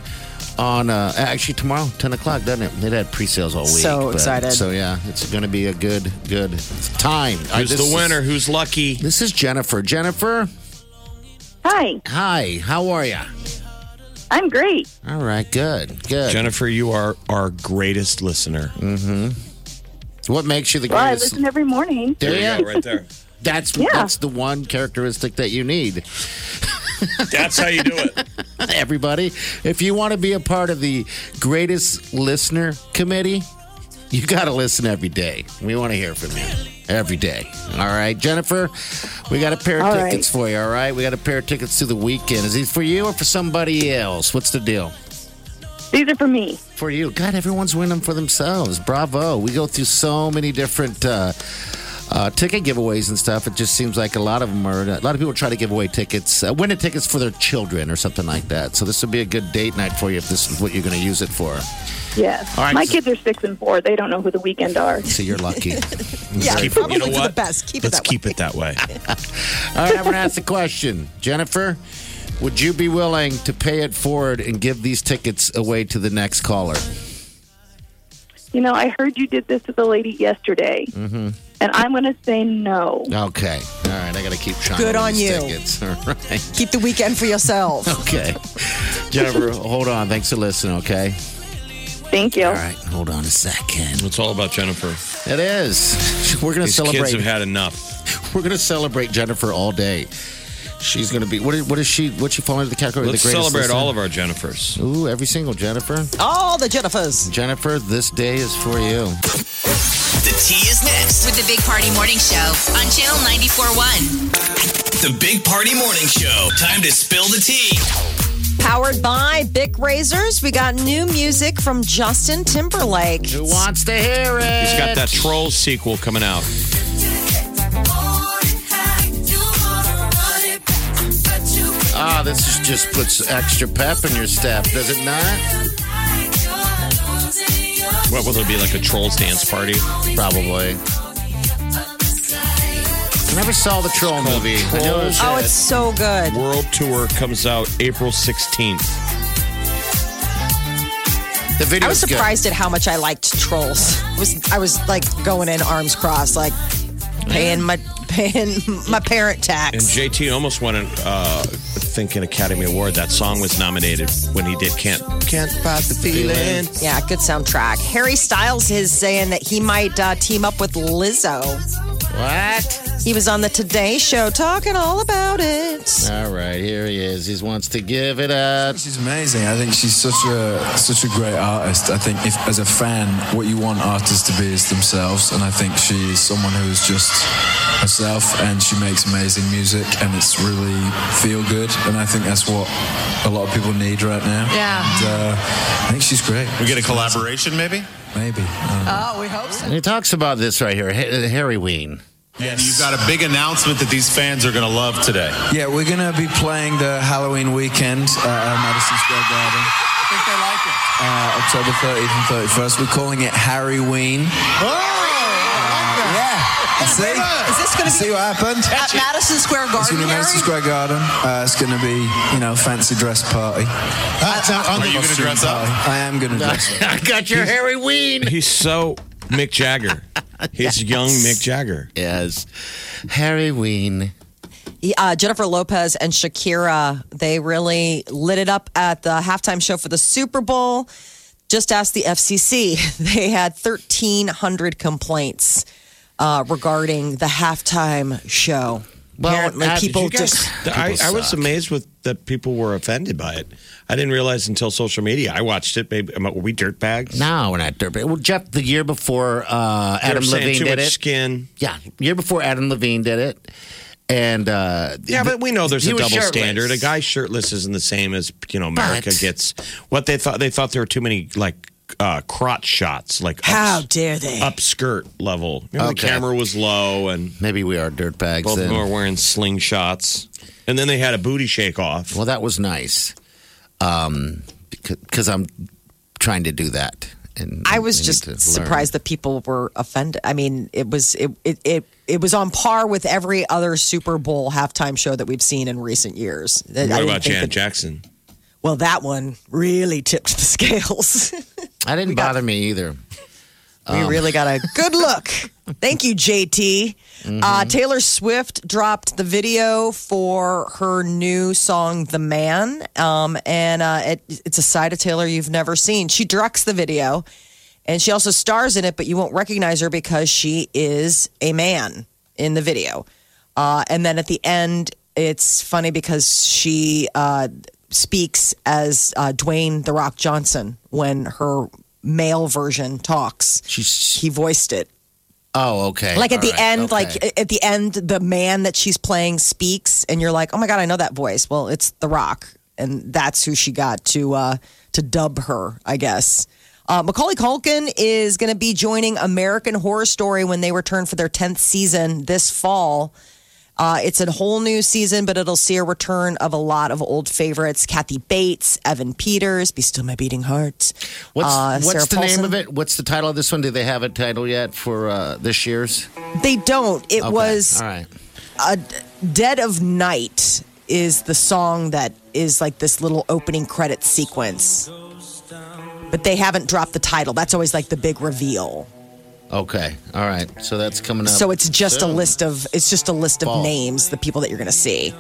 E: on, uh, actually tomorrow, 10 o'clock, doesn't it? They've had pre-sales all week.
C: So
E: but-
C: excited.
E: So, yeah, it's going to be a good, good time. All right,
D: Who's
E: this
D: the
E: is-
D: winner? Who's lucky?
E: this is Jennifer. Jennifer,
J: Hi,
E: hi, how are you?
J: I'm great.
E: All right, good, good.
D: Jennifer, you are our greatest listener.
E: Mm. what makes you the
J: Well, I
E: greatest?
J: listen every morning.
E: Do
D: There you
E: ya?
D: go, right there.
E: That's
J: Yeah.
E: that's the one characteristic that you need. [LAUGHS]
D: That's how you do it.
E: Everybody, if you want to be a part of the greatest listener committee, you got to listen every day. We want to hear from you every day. All right, Jennifer, we got a pair of
J: All right.
E: tickets for you. All right, we got a pair of tickets to the weekend. Is these for you or for somebody else? What's the deal?
J: These are for me.
E: for you. God, everyone's winning for themselves. Bravo. We go through so many different uh, uh, ticket giveaways and stuff. It just seems like a lot of them are, a lot of people try to give away tickets, uh, winning tickets for their children or something like that. So this would be a good date night for you if this is what you're going to use it for.
J: Yes.
E: All right,
J: My
E: so-
J: kids are six and four. They don't know who the weekend are.
E: So
J: [LAUGHS]
E: you're lucky.
C: Yeah,
D: Keep it,
C: probably
D: you know
C: for
D: what?
C: the best. Keep
D: Let's
C: it that
D: keep it that way.
E: All right, I'm going to ask the question. Jennifer, would you be willing to pay it forward and give these tickets away to the next caller?
J: You know, I heard you did this to the lady yesterday, mm-hmm. and I'm going to say no.
E: Okay. All right, I got to keep trying.
C: Good
E: to win
C: on
E: these
C: you.
E: Tickets. [LAUGHS] All right.
C: Keep the weekend for yourself.
E: [LAUGHS] Okay. Jennifer, hold on. Thanks for listening, okay?
J: Thank you.
E: All right, hold on a second.
D: It's all about Jennifer.
E: It is. [LAUGHS] We're going to
D: These kids
E: celebrate.
D: have had enough.
E: We're going to celebrate Jennifer all day. She's going to be what is, what is she what she fall into the category
D: Let's
E: of the greatest
D: celebrate all of our Jennifers.
E: Ooh, every single Jennifer.
C: All the Jennifers.
E: Jennifer, this day is for you.
A: The tea is next.
B: With the Big Party Morning Show on Channel 94.1.
A: The Big Party Morning Show. Time to spill the tea.
C: Powered by Bic Razors, we got new music from Justin Timberlake.
E: Who wants to hear it?
D: He's got that Trolls sequel coming out.
E: Ah, this is just puts extra pep in your step, does it not?
D: What will there be like a Trolls dance party?
E: Probably. I never saw the troll movie. I know it was
C: Oh,
E: it.
C: it's so good.
D: World tour comes out April 16th.
E: the video.
C: I was surprised at how much I liked trolls. It was I was like going in arms crossed, like paying my paying my parent
D: And
C: tax.
D: JT almost won an, uh, I think an Academy Award. That song was nominated when he did Can't Can't Fight the Feeling.
C: Yeah, good soundtrack. Harry Styles is saying that he might uh, team up with Lizzo.
E: What?
C: He was on the Today Show talking all about it.
E: All right, here he is. He wants to give it up.
H: She's amazing. I think she's such a such a great artist. I think if as a fan, what you want artists to be is themselves, and I think she's someone who is just herself, and she makes amazing music, and it's really feel good, and I think that's what a lot of people need right now.
K: Yeah.
H: And, uh, I think she's great.
L: We get a collaboration, maybe?
H: Maybe. Uh,
K: Oh, we hope so.
E: He talks about this right here, Ha- Harry Ween. [LAUGHS]
L: Yes. You've got a big announcement that these fans are going to love today.
H: Yeah, we're gonna be playing the Halloween weekend at uh, Madison Square Garden.
L: I think they like it.
H: uh, October 30th and 31st. We're calling it Harry Ween. yeah. See? Is
K: this gonna
H: See what happened?
K: At Madison Square
H: It's
K: Garden.
H: going to be Madison Square Garden. Uh, it's going to be, you know, fancy dress party.
L: Are you going to dress up?
H: I am going to dress up.
E: I got your Harry Ween.
D: [LAUGHS] He's so
E: [LAUGHS]
D: Mick Jagger. He's young Mick Jagger.
E: Yes, Harry Ween.
C: Uh, Jennifer Lopez and Shakira, they really lit it up at the halftime show for the Super Bowl. Just ask the FCC. [LAUGHS] They had 1,300 complaints uh, regarding the halftime show.
E: Well,
C: Apparently,
E: uh, did
C: people
E: you guys-
C: just.
D: I, I was
E: suck.
D: amazed with that people were offended by it. I didn't realize until social media. I watched it. Maybe am I- were we dirtbags?
E: No, we're not derpy. Well, Jeff, the year before uh,
D: They were
E: Adam
D: saying
E: Levine
D: too
E: did
D: much
E: it.
D: skin.
E: Yeah, year before Adam Levine did it, and uh,
D: Yeah, but we know there's
E: he
D: a
E: was
D: double
E: shirtless.
D: standard. A guy shirtless isn't the same as you know America
E: But-
D: gets. What they thought they thought there were too many like uh, crotch shots, like
C: How
D: ups-
C: dare they?
E: Uh,
D: upskirt level. Remember
E: Okay.
D: The camera was low, and
E: Maybe we are dirtbags.
D: both of them
E: then.
D: were wearing slingshots. And then they had a booty shake off.
E: Well, that was nice. Um, because I'm trying to do that. And
C: I was
E: need
C: just
E: to learn.
C: surprised that people were offended. I mean, it was it, it it it was on par with every other Super Bowl halftime show that we've seen in recent years. I
D: What
C: didn't
D: about
C: think
D: Janet
C: that-
D: Jackson?
C: Well, that one really tipped the scales. [LAUGHS]
E: I didn't bother me either.
C: we really got a good look. Thank you, JT. Uh, Taylor Swift dropped the video for her new song, The Man. Um, and uh, it, it's a side of Taylor you've never seen. She directs the video and she also stars in it, but you won't recognize her because she is a man in the video. Uh, and then at the end, it's funny because she uh, speaks as uh, Dwayne The Rock Johnson when her male version talks.
E: She's-
C: he voiced it.
E: Oh, okay.
C: Like at
E: All
C: the
E: right,
C: end,
E: okay.
C: like uh, at the end, the man that she's playing speaks, and you're like, "Oh my god, I know that voice." Well, it's The Rock, and that's who she got to uh, to dub her, I guess. Uh, Macaulay Culkin is going to be joining American Horror Story when they return for their tenth season this fall. Uh, it's a whole new season, but it'll see a return of a lot of old favorites: Kathy Bates, Evan Peters, "Be Still My Beating Heart."
E: what's,
C: uh,
E: what's
C: Sarah
E: the name of
C: Paulson.
E: it? What's the title of this one? Do they have a title yet for uh, this year's?
C: They don't. It
E: Okay,
C: was
E: all right.
C: uh, Dead of Night is the song that is like this little opening credit sequence. But they haven't dropped the title. That's always like the big reveal.
E: Okay, all right. So that's coming up.
C: So it's just a
E: soon.
C: list of it's just a list of
E: Fall.
C: names, the people that you're going to see.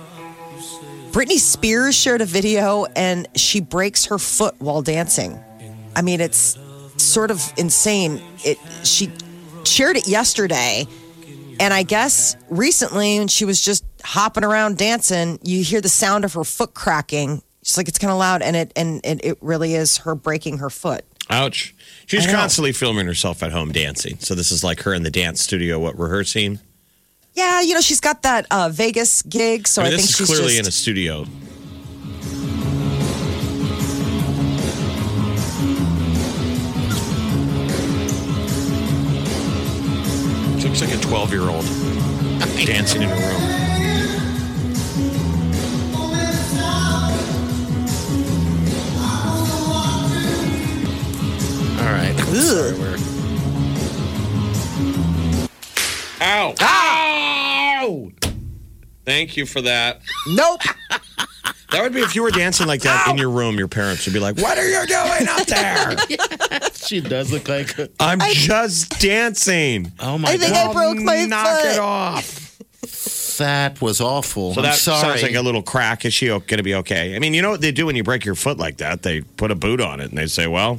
C: Britney Spears shared a video and she breaks her foot while dancing. I mean, it's sort of insane. It she shared it yesterday and I guess recently when she was just hopping around dancing, you hear the sound of her foot cracking. She's like it's kind of loud and it and, and it really is her breaking her foot.
D: Ouch. She's
C: I know.
D: constantly filming herself at home dancing. So this is like her in the dance studio, what, rehearsing?
C: Yeah, you know, she's got that uh, Vegas gig, so
D: I
C: I,
D: mean,
C: think
D: this
C: she's
D: is clearly
C: just
D: in a studio. looks like a 12 year old dancing in a room.
E: All right. Sorry, we're-
D: Ow! Ow! Thank you for that.
C: Nope.
D: That would be if you were dancing like that in your room, your parents would be like, What are you doing up there?
E: [LAUGHS] she does look like. a-
D: I'm just dancing.
E: Oh my God.
D: Knock it off.
E: That was awful.
D: So that
E: I'm sorry.
D: sounds like a little crack. Is she going to be okay? I mean, you know what they do when you break your foot like that? They put a boot on it and they say, well,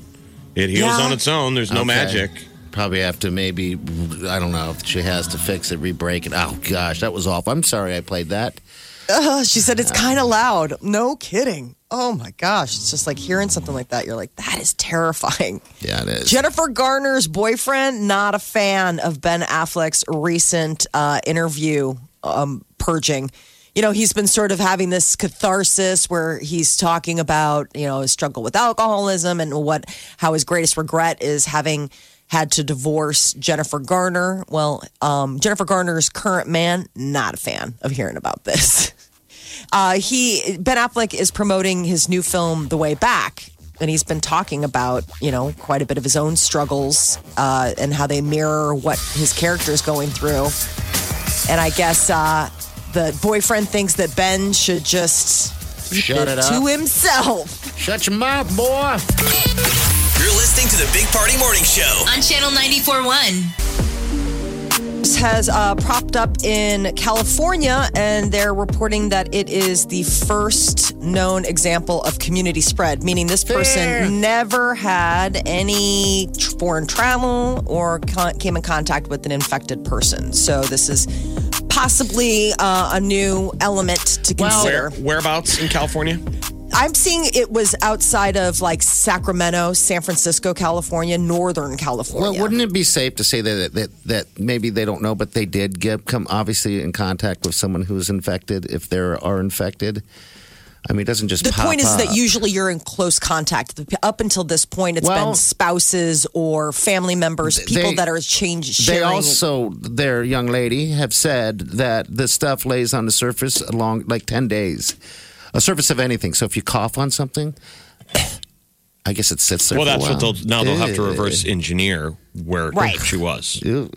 D: it heals
E: Yeah.
D: on its own. There's no
E: Okay.
D: magic.
E: Probably have to maybe, I don't know if she has to fix it, re-break it. Oh gosh, that was awful. I'm sorry I played that.
C: Ugh, she said it's kind of loud. No kidding. Oh my gosh. It's just like hearing something like that. You're like, that is terrifying.
E: Yeah, it is.
C: Jennifer Garner's boyfriend, not a fan of Ben Affleck's recent uh, interview um, purging. You know, he's been sort of having this catharsis where he's talking about, you know, his struggle with alcoholism and what, how his greatest regret is having had to divorce Jennifer Garner. Well, um, Jennifer Garner's current man, not a fan of hearing about this. [LAUGHS] Uh, he Ben Affleck is promoting his new film The Way Back, and he's been talking about you know quite a bit of his own struggles uh, and how they mirror what his character is going through. And I guess uh, the boyfriend thinks that Ben should just keep
E: Shut it
C: to
E: up.
C: himself.
E: Shut your mouth, boy.
A: You're listening to the Big Party Morning Show.
B: On Channel 94.1.
C: This has uh, propped up in California, and they're reporting that it is the first known example of community spread, meaning this person
M: Fair.
C: never had any tr- foreign travel or con- came in contact with an infected person. So this is possibly uh, a new element to consider.
D: Where, whereabouts in California?
C: I'm seeing it was outside of like Sacramento, San Francisco, California, Northern California.
E: Well, wouldn't it be safe to say that, that that maybe they don't know, but they did get come obviously in contact with someone who's infected if they are infected? I mean, it doesn't just
C: The
E: pop
C: point is that
E: up.
C: usually you're in close contact. The- Up until this point, it's
E: Well-
C: been spouses or family members, people
E: They-
C: that are change
E: They
C: sharing.
E: also, their young lady, have said that the stuff lays on the surface along like 10 days, a surface of anything. So if you cough on something, [COUGHS] I guess it sits there.
D: Well,
E: for a
D: that's what
E: while.
D: they'll now they'll have to
E: Ew.
D: reverse engineer where
C: Right.
D: she was.
E: Ew.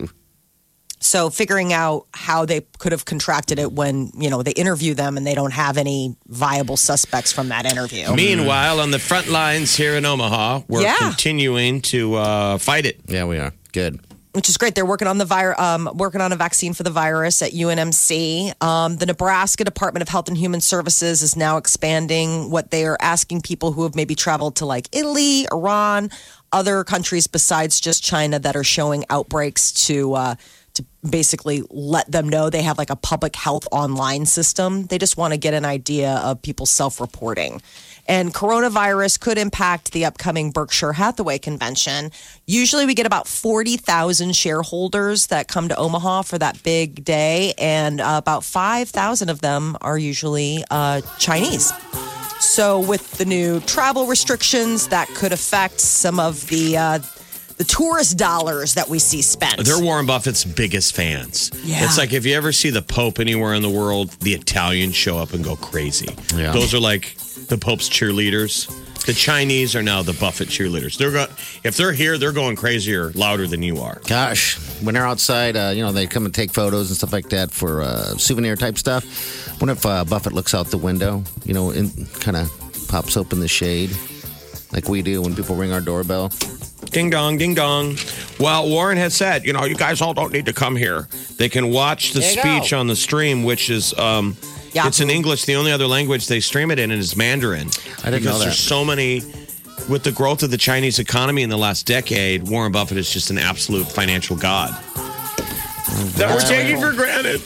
C: so figuring out how they could have contracted it when you know they interview them and they don't have any viable suspects from that interview.
D: Meanwhile, on the front lines here in Omaha, we're
C: Yeah.
D: continuing to uh, fight it.
E: Yeah, we are. Good.
C: which is great. They're working on the vir- um, working on a vaccine for the virus at UNMC. Um, the Nebraska Department of Health and Human Services is now expanding what they are asking people who have maybe traveled to like Italy, Iran, other countries besides just China that are showing outbreaks to. Uh, to basically let them know they have like a public health online system. They just want to get an idea of people self reporting. And coronavirus could impact the upcoming Berkshire Hathaway convention. Usually we get about 40,000 shareholders that come to Omaha for that big day, and uh, about 5,000 of them are usually uh, Chinese. So, with the new travel restrictions, that could affect some of the uh, the tourist dollars that we see spent.
D: They're Warren Buffett's biggest fans.
C: Yeah.
D: It's like if you ever see the Pope anywhere in the world, the Italians show up and go crazy.
E: Yeah.
D: Those are like the Pope's cheerleaders. The Chinese are now the Buffett cheerleaders. They're go- if they're here, they're going crazier, louder than you are.
E: Gosh, when they're outside, uh, you know, they come and take photos and stuff like that for uh, souvenir type stuff. wonder if uh, Buffett looks out the window, you know, and kind of pops open the shade like we do when people ring our doorbell.
D: Ding dong, ding dong. Well, Warren has said, you know, you guys all don't need to come here. They can watch the
C: There you
D: speech
C: go.
D: on the stream, which is um,
C: Yahoo.
D: it's in English. The only other language they stream it in is Mandarin.
E: I didn't
D: because
E: know that.
D: there's so many. With the growth of the Chinese economy in the last decade, Warren Buffett is just an absolute financial god that we're
E: That's
D: taking for granted.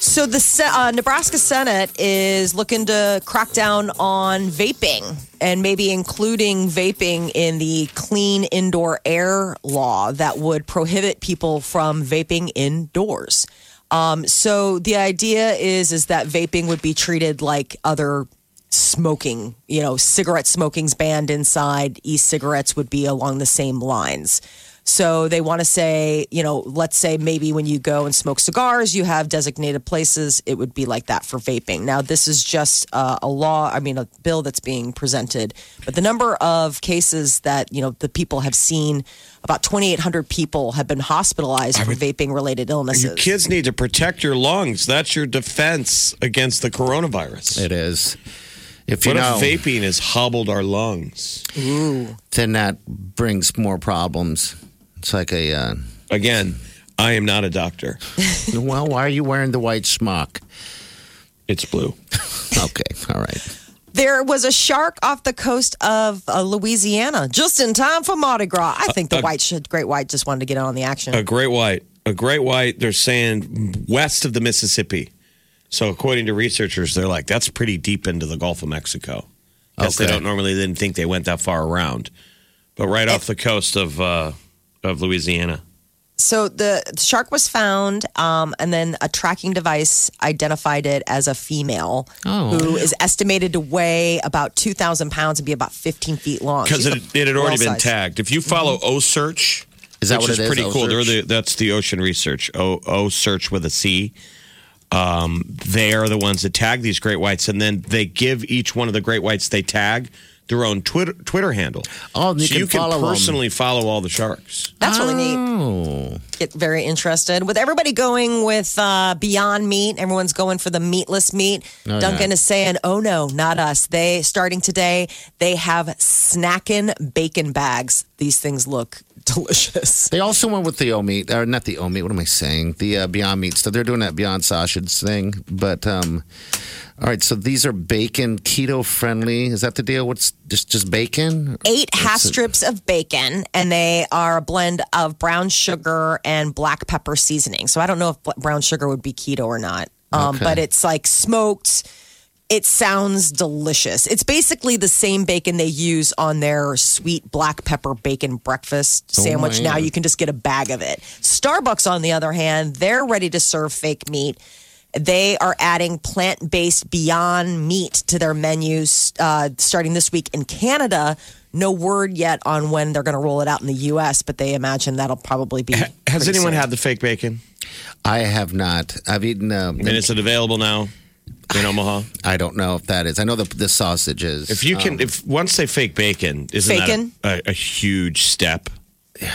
C: So the Se- uh, Nebraska Senate is looking to crack down on vaping and maybe including vaping in the clean indoor air law that would prohibit people from vaping indoors. Um, so the idea is is that vaping would be treated like other smoking. You know, cigarette smoking's banned inside. E-cigarettes would be along the same lines. So they want to say, you know, let's say maybe when you go and smoke cigars, you have designated places. It would be like that for vaping. Now, this is just uh, a law, I mean, a bill that's being presented. But the number of cases that, you know, the people have seen about 2,800 people have been hospitalized for vaping related
D: You
C: illnesses.
D: kids need to protect your lungs. That's your defense against the coronavirus.
E: It is. If
D: what
E: you know-
D: if vaping has hobbled our lungs?
C: Ooh.
E: Then that brings more problems. It's like a. Uh,
D: Again, I am not a doctor.
E: well, why are you wearing the white smock?
D: It's blue.
E: okay. All right.
C: There was a shark off the coast of uh, Louisiana just in time for Mardi Gras. I think the
D: Uh, uh,
C: white should, great white just wanted to get on the action.
D: A great white. A great white, they're saying west of the Mississippi. So, according to researchers, they're like, that's pretty deep into the Gulf of Mexico. Guess they
E: Okay.
D: don't normally didn't think they went that far around, but right off the coast of uh, of Louisiana.
C: So the shark was found, um, and then a tracking device identified it as a female
D: Oh.
C: who is estimated to weigh about 2,000 pounds and be about 15 feet long.
D: because
C: She's
D: it,
C: a
D: it had already been
C: whale size.
D: tagged. If you follow O Search,
E: Is that
D: which
E: what it is,
D: Pretty cool. They're
E: O-Search?
D: the, that's the ocean research. O O Search with a C. Um, they are the ones that tag these great whites, and then they give each one of the great whites they tag their own Twitter Twitter handle.
E: Oh, and you
D: so
E: can
D: you can
E: follow 'em.
D: personally follow all the sharks.
C: That's really neat.
E: Oh.
C: Get very interested. With everybody going with uh, Beyond Meat, everyone's going for the meatless meat.
E: Oh,
C: Duncan
E: yeah.
C: is saying, oh no, not us. They, starting today, they have snacking bacon bags. These things look [LAUGHS] delicious.
E: They also went with the O meat, or not the O meat. What am I saying? The uh, Beyond Meat stuff. They're doing that Beyond Sausage thing. But um, all right, so these are bacon keto friendly. Is that the deal? What's just just bacon?
C: eight half
E: That's it.
C: strips of bacon, and they are a blend of brown sugar and black pepper seasoning. So I don't know if bl- brown sugar would be keto or not, um,
E: Okay.
C: but it's like smoked. It sounds delicious. It's basically the same bacon they use on their sweet black pepper bacon breakfast
E: Oh,
C: sandwich. Now
E: man.
C: you can just get a bag of it. Starbucks, on the other hand, they're ready to serve fake meat. They are adding plant based Beyond Meat to their menus uh, starting this week in Canada. No word yet on when they're going to roll it out in the U.S., but they imagine that'll probably be.
D: Has
C: pretty soon.
D: anyone had the fake bacon?
E: I have not. I've eaten. Um,
D: And is it available now in Omaha?
E: I don't know if that is. I know the the sausage is.
D: If you can,
E: um,
D: if once they fake bacon, isn't
C: Bacon?
D: that a, a, a huge step?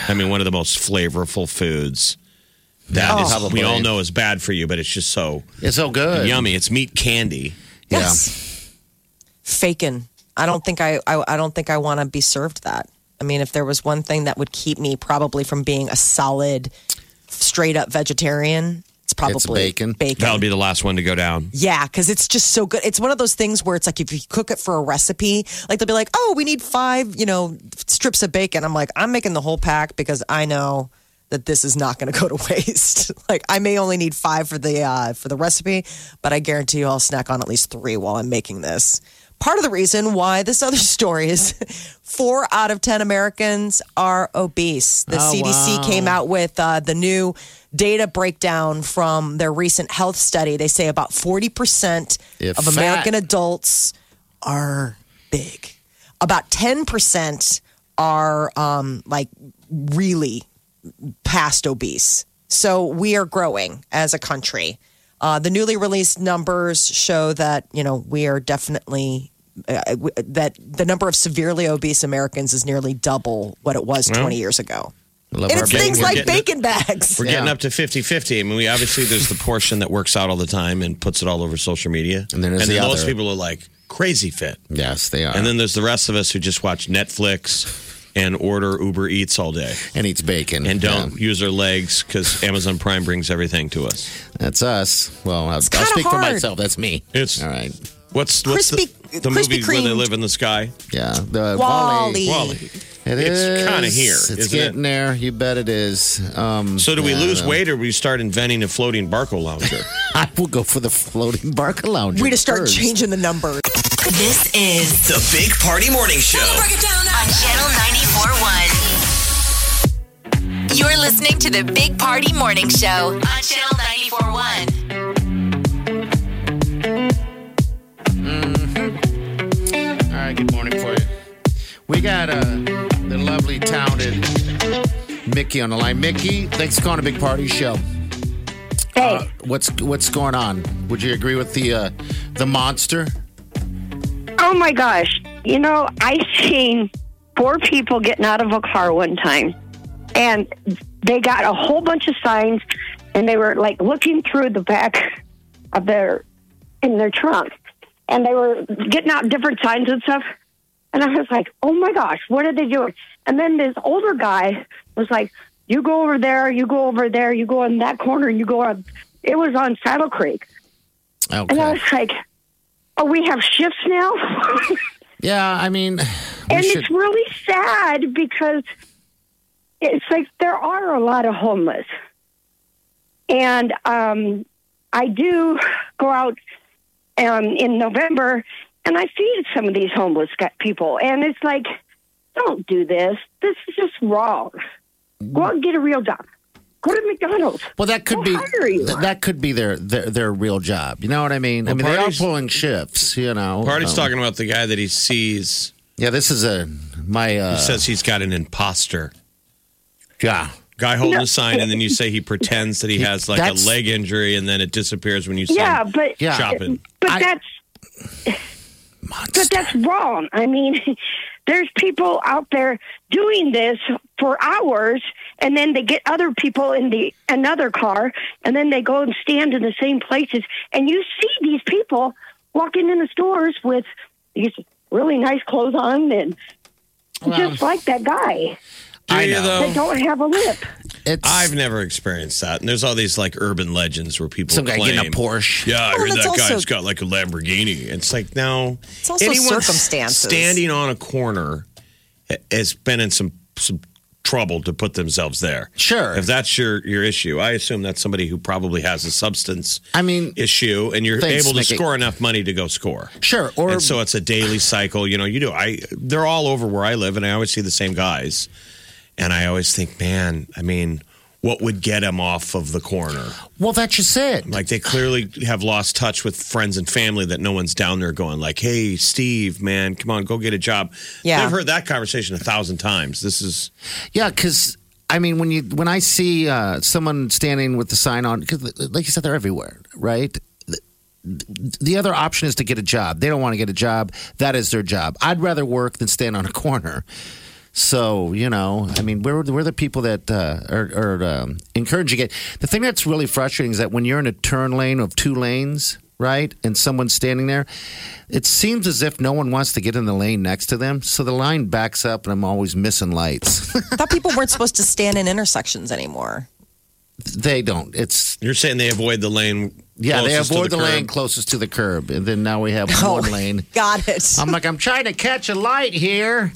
D: I mean, one of the most flavorful foods that
E: Yeah,
D: is-
E: Oh, probably.
D: we all know is bad for you, but it's just so
E: it's so good.
D: yummy. It's meat candy.
E: Yeah.
C: Yes. Faking. I don't think I, I. I don't think I want to be served that. I mean, if there was one thing that would keep me probably from being a solid, straight up vegetarian, it's probably
E: bacon.
C: Bacon.
D: That'll be the last one to go down.
C: Yeah, because it's just so good. It's one of those things where it's like if you cook it for a recipe, like they'll be like, oh, we need five, you know, strips of bacon. I'm like, I'm making the whole pack because I know that this is not going to [LAUGHS] go to waste. like I may only need five for the uh, for the recipe, but I guarantee you I'll snack on at least three while I'm making this. Part of the reason why this other [LAUGHS] story is four out of 10 Americans are obese. The
E: Oh,
C: CDC
E: wow.
C: came out out with uh, the new data breakdown from their recent health study. They say about 40%
E: If
C: of
E: fat.
C: American adults are big, about 10% are um, like really past obese. So we are growing as a country. Uh, the newly released numbers show that you know we are definitely uh, w- that the number of severely obese Americans is nearly double what it was 20 years ago.
E: Love
C: And
E: our
C: it's
D: bacon.
C: things
D: We're
C: like
D: getting it.
C: bacon bags.
D: We're getting
E: Yeah.
D: up to 50 50. I mean, we obviously, there's the portion that works out all the time and puts it all over social media.
E: And then there's the
D: those
E: other.
D: people are like crazy fit.
E: Yes, they are.
D: And then there's the rest of us who just watch Netflix and order Uber Eats all day
E: and eats bacon
D: and don't
E: Yeah.
D: use our legs because Amazon Prime brings everything to us.
E: That's us. Well, I'll, I'll
C: kinda
E: speak for
C: hard.
E: myself. That's me.
D: It's
E: all right.
D: What's, what's
C: Crispy-
D: the, the movie
C: Krispy
D: where they
C: Kreme.
D: live in the sky?
E: Yeah, the
C: Wally.
D: Wally.
E: It
D: It's
E: is.
D: kinda here,
E: It's
D: isn't it?
E: getting there. You bet it is. Um,
D: So do we
E: yeah,
D: lose
E: I don't know.
D: weight or we start inventing a floating barco lounger?
E: [LAUGHS] I will go for the floating [LAUGHS] barca lounge.
C: We just start
E: first.
C: changing the
D: [LAUGHS]
C: numbers.
B: This is
A: The Big Party Morning Show.
B: Break it down on Channel 94.1. You're listening to the Big Party Morning Show on Channel 94.1.
E: All right. Good morning for you. We got uh, the lovely, talented Mickey on the line. Mickey, thanks for calling a big party show. Hey, what's what's going on? Would you agree with the uh, the monster?
M: Oh my gosh. You know, I seen four people getting out of a car one time and they got a whole bunch of signs and they were like looking through the back of their in their trunk and they were getting out different signs and stuff. And I was like, Oh my gosh, what are they doing? And then this older guy was like, You go over there, you go over there, you go in that corner and you go on it was on Saddle Creek. And I was like, Oh, we have shifts now? [LAUGHS]
E: Yeah, I mean,
M: and it's really sad because it's like there are a lot of homeless, and um, I do go out um, in November and I feed some of these homeless gu- people, and it's like, don't do this. This is just wrong. Go out and get a real job. Go to McDonald's.
E: Well, that could be th- that could be their, their their real job. You know what I mean? I
D: Well,
E: mean, they are
D: parties-
E: pulling shifts. You know,
D: Party's
E: Um,
D: talking about the guy that he sees.
E: Yeah, this is a my. Uh,
D: He says he's got an imposter.
E: Yeah.
D: Guy holding
M: No.
D: a sign, and then you say he
E: [LAUGHS]
D: pretends that he has like a
M: That's-
D: leg injury, and then it disappears when you see
M: Yeah,
D: him
M: but
D: shopping.
M: but that's but that's wrong. I mean, [LAUGHS] there's people out there doing this for hours, and then they get other people in the another car, and then they go and stand in the same places, and you see these people walking in the stores with these really nice clothes on and. just like that guy.
D: I know.
M: They don't have a lip.
D: I've never experienced that. And there's all these like urban legends where people
E: Some guy
D: claim,
E: getting a Porsche.
D: Yeah, I
C: Oh,
E: Well,
D: heard that
E: that's
D: guy's
E: also-
D: got like a Lamborghini. It's like no,
C: It's also
D: Anyone
C: circumstances.
D: Standing on a corner ha- has been in some some trouble to put themselves there.
E: Sure,
D: if that's your your issue, I assume that's somebody who probably has a substance.
E: I mean,
D: issue, and you're
E: Thanks,
D: able to
E: Mickey.
D: score enough money to go score.
E: Sure, or-
D: and so it's a daily cycle. You know, you do. I they're all over where I live, and I always see the same guys, and I always think, man, I mean, what would get them off of the corner?
E: Well, that's just it.
D: Like they clearly have lost touch with friends and family that no one's down there going like, "Hey, Steve, man, come on, go get a job."
E: Yeah.
D: I've heard that conversation a thousand times. This is
E: Yeah, because I mean, when you when I see uh, someone standing with the sign on, because like you said, they're everywhere, right? The, the other option is to get a job. They don't want to get a job. That is their job. I'd rather work than stand on a corner. So you know, I mean, we're we're the people that uh, are, are um, encouraging it. The thing that's really frustrating is that when you're in a turn lane of two lanes, right, and someone's standing there, it seems as if no one wants to get in the lane next to them. So the line backs up, and I'm always missing lights. [LAUGHS]
C: I thought people weren't supposed to stand in intersections anymore.
E: They don't. It's
D: you're saying they avoid the lane.
E: Yeah, they
D: closest to
E: avoid the,
D: curb?
E: lane closest to the curb, and then now we have
C: Oh,
E: one lane.
C: Got it.
E: I'm like, I'm trying to catch a light here,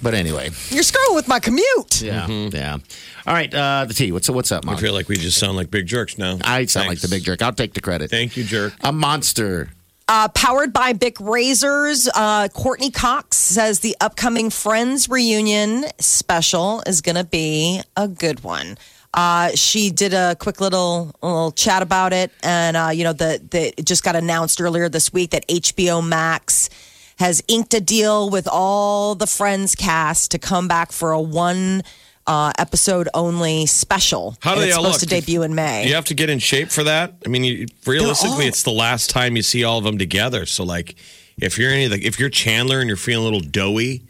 E: but anyway,
C: You're screwing with my commute.
E: yeah, yeah. All right, uh, the T. What's what's up, Mom?
D: Mm-hmm. I feel like we just sound like big jerks now.
E: I sound like the big jerk. I'll take the credit.
D: Thank you, jerk.
E: A monster.
C: Uh, powered by Bic Razors, uh, Courtney Cox says the upcoming Friends reunion special is going to be a good one. Uh, she did a quick little little chat about it, and uh, you know the the it just got announced earlier this week that HBO Max has inked a deal with all the Friends cast to come back for a one uh, episode only special.
D: How do
C: and
D: they
C: it's
D: all
C: supposed
D: look?
C: to debut in May.
D: You have to get in shape for that. I mean, you, realistically,
C: all-
D: it's the last time you see all of them together. So, like, if you're any like, if you're Chandler and you're feeling a little doughy,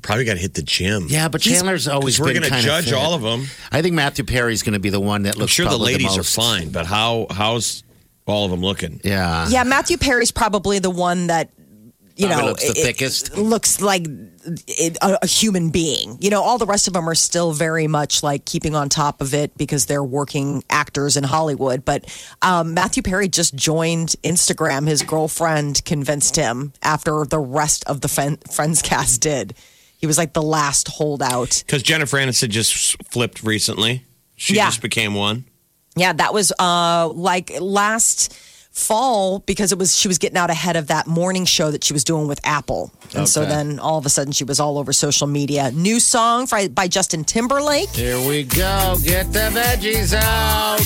D: probably got to hit the gym.
E: Yeah, but
D: He's-
E: Chandler's always
D: 'cause we're
E: been
D: gonna
E: kinda
D: judge
E: thin.
D: all of them.
E: I think Matthew Perry's going to be the one that
D: I'm
E: looks.
D: sure the
E: probably
D: ladies are
E: most.
D: fine, but how how's all of them looking?
E: Yeah,
C: Yeah, Matthew Perry's probably the one that you
D: Probably
C: know
D: looks the thickest.
C: Looks like it, a, a human being. You know, all the rest of them are still very much like keeping on top of it because they're working actors in Hollywood. But um, Matthew Perry just joined Instagram. His girlfriend convinced him after the rest of the Fen- Friends cast did. He was like the last holdout.
D: Because Jennifer Aniston just flipped recently. She
C: Yeah.
D: just became one.
C: Yeah, that was uh like last fall because it was she was getting out ahead of that morning show that she was doing with Apple. And so
E: Okay.
C: then all of a sudden she was all over social media. New song by, by Justin Timberlake.
E: Here we go. Get the veggies out.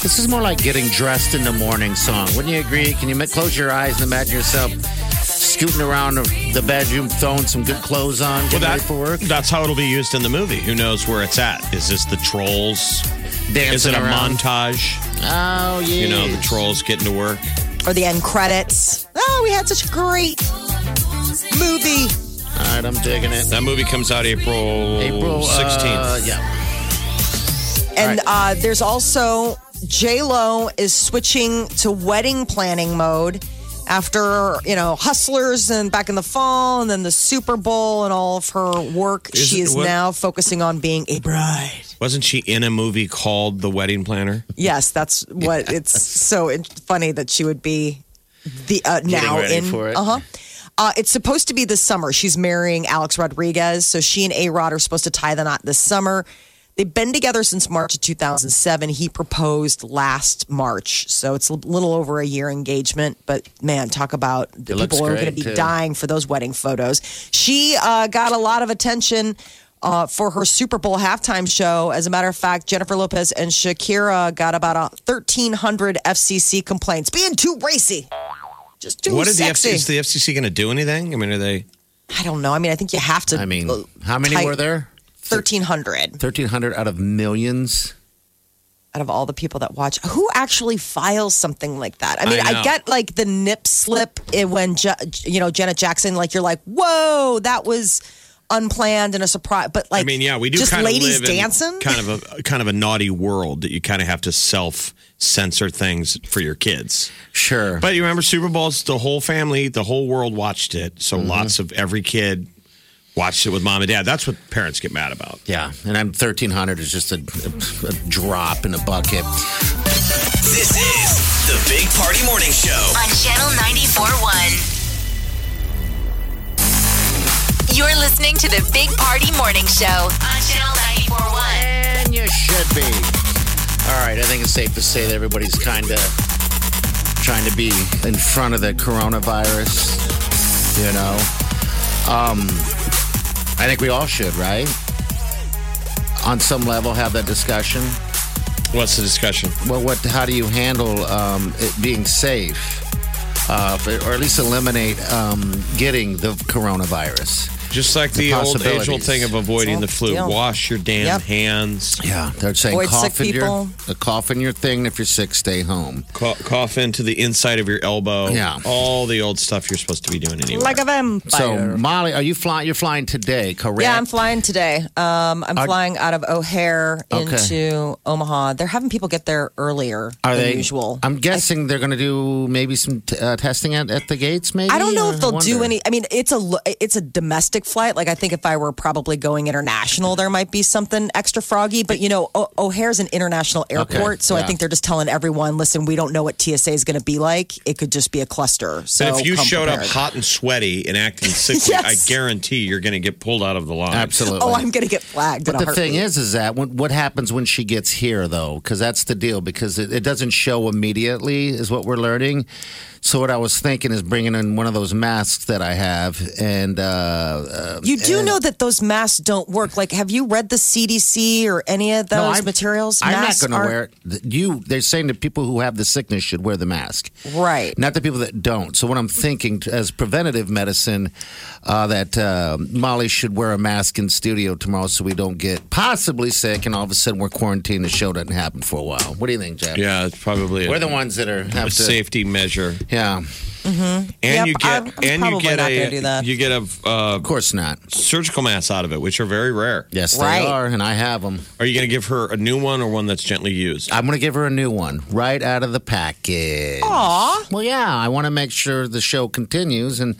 E: This is more like getting dressed in the morning song. Wouldn't you agree? Can you ma- close your eyes and imagine yourself scooting around the bedroom, throwing some good clothes on, getting ready for work.
D: That's how it'll be used in the movie. Who knows where it's at? Is this the trolls?
E: Dancing
D: Is it a
E: around.
D: montage?
C: Oh,
D: You know, the trolls getting to work.
C: or the end credits. Oh, we had such a great movie.
E: All right, I'm digging it.
D: That movie comes out April
E: April, uh,
D: 16th.
E: yeah.
C: And uh, there's also J Lo is switching to wedding planning mode after you know Hustlers and back in the fall, and then the Super Bowl and all of her work.
D: Is
C: she
D: it-
C: is
D: what-
C: now focusing on being a bride.
D: Wasn't she in a movie called The Wedding Planner?
C: Yes, that's what it's so in- funny that she would be the uh, now
D: ready
C: in
D: for it.
C: uh-huh. Uh, it's supposed to be this summer. She's marrying Alex Rodriguez, so she and A Rod are supposed to tie the knot this summer. They've been together since March of 2007. He proposed last March, so it's a little over a year engagement. But man, talk about the
E: looks
C: people are going to
E: great,
C: be
E: too.
C: dying for those wedding photos. She uh, got a lot of attention uh, for her Super Bowl halftime show. As a matter of fact, Jennifer Lopez and Shakira got about uh 1,300 FCC complaints being too racy. Just too
D: what did
C: sexy.
D: the FCC, is the FCC going to do anything? I mean, are they?
C: I don't know. I mean, I think you have to. uh,
E: I mean, how many
C: type-
E: were there?
C: 1,300
E: 1,300 out of millions.
C: out of all the people that watch. Who actually files something like that? I mean,
E: I
C: I,
E: know.
C: get like the nip slip eh, when, Ja- you know, Janet Jackson, like you're like, whoa, that was unplanned and a surprise. But like,
D: I mean, yeah, we do.
C: just
D: kind
C: ladies
D: of live in
C: dancing.
D: kind of a kind of a naughty world that you kind of have to self censor things for your kids.
E: Sure,
D: but you remember Super Bowls? The whole family, the whole world watched it. So lots of every kid watched it with mom and dad. That's what parents get mad about.
E: Yeah, and I'm 1,300 is just a, a, a drop in a bucket.
A: This is the Big Party Morning Show.
B: on Channel 94.1. You're listening to the Big Party Morning Show on Channel 94.1.
E: And you should be. All right, I think it's safe to say that everybody's kind of trying to be in front of the coronavirus, you know? Um, I think we all should, right? On some level, have that discussion.
D: What's the discussion?
E: Well, what? How do you handle um, it being safe, uh, or at least eliminate um, getting the coronavirus?
D: Just like the, old age old
E: possibilities.
D: thing of avoiding the flu.
E: deal.
D: Wash your damn
E: Yep.
D: hands.
E: Yeah, they're saying
D: Avoid
E: cough
D: sick
E: in
D: people.
E: your the cough in your thing. and If you're sick, stay home.
D: Cough, cough into the inside of your elbow.
E: Yeah.
D: All the old stuff you're supposed to be doing anyway.
C: like a vampire.
E: So, Molly, are you flying? You're flying today, correct?
C: Yeah, I'm flying today. Um, I'm
E: Are-
C: flying out of O'Hare
E: Okay.
C: into Omaha. They're having people get there earlier
E: Are
C: than
E: they?
C: usual.
E: I'm guessing they're going to do maybe some t- uh, testing at, at the gates. Maybe
C: I don't know if they'll do
E: wonder.
C: any. I mean, it's a lo- it's a domestic flight. Like I think if I were probably going international, there might be something extra froggy. But you know, o- O'Hare's an international
E: Okay,
C: airport, so I
E: yeah.
C: think they're just telling everyone, listen, we don't know what TSA is going to be like. It could just be a cluster. So
D: and if you
C: come
D: showed up
C: prepared.
D: hot and sweaty and acting sickly,
C: Yes.
D: I guarantee you're going to get pulled out of the line.
E: Absolutely.
C: oh, I'm going to get flagged.
E: But
C: in a
E: the thing
C: heartbeat.
E: is, is that when, what happens when she gets here, though? Because that's the deal. Because it, it doesn't show immediately, is what we're learning. So what I was thinking is bringing in one of those masks that I have, and uh, uh,
C: You do
E: and-
C: know that those masks don't work. Like, have you read the CDC or any of those
E: No, I'm-
C: materials?
E: I'm not
C: Masks
E: going to
C: aren't-
E: wear it. You, they're saying that people who have the sickness should wear the mask,
C: Right.
E: not the people that don't. So what I'm thinking t- as preventative medicine, uh, that uh, Molly should wear a mask in studio tomorrow so we don't get possibly sick, and all of a sudden we're quarantined. The show doesn't happen for a while. What do you think, Jack?
D: Yeah, it's probably.
E: We're
D: a-
E: the ones that are
D: a
E: have to.
D: safety measure.
E: Yeah,
D: And
C: Yep,
D: you
C: I'm-
D: get
C: I'm
D: and you
C: probably
D: get
C: not
D: a
C: gonna do that.
D: you get a uh, of
E: course not
D: surgical mask out of it, which are very rare.
E: yes,
C: Right.
E: they are, and I have them.
D: Are you going to give her a new one or one that's gently used?
E: I'm going to give her a new one right out of the package.
C: Aw.
E: Well, yeah, I want to make sure the show continues, and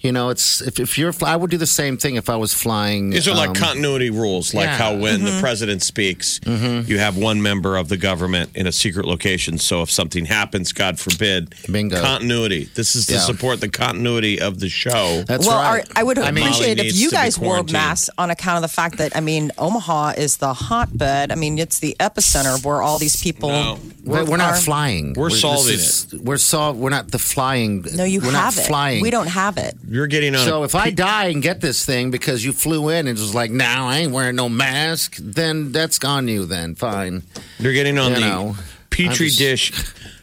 E: you know, it's if, if you're, fly- I would do the same thing if I was flying.
D: These are like
E: um,
D: continuity rules, like
E: yeah.
D: how when the president speaks, you have one member of the government in a secret location. So if something happens, God forbid,
E: Bingo.
D: continuity. This is to
E: Yeah.
D: support the continuity of the show.
E: That's
C: well,
E: right.
C: are- I would
D: I mean-
C: appreciate
D: Molly
C: if
D: needs
C: you
D: to be
C: guys wore
D: quarantined.
C: masks on account of the fact that I mean Omaha is the hotbed. I mean it's the epicenter of where all these people.
D: No.
E: But we're not
C: are-
E: flying.
D: We're solving
E: it. We're sol- We're not the flying.
C: No, you
E: we're
C: have
E: not
C: it.
E: flying.
C: We don't have it.
D: You're getting on.
E: So
D: a
E: if I die and get this thing because you flew in and it was like, no, I ain't wearing no mask, then that's on you. Then fine.
D: You're getting on
E: You
D: the
E: know,
D: petri
E: I'm just-
D: dish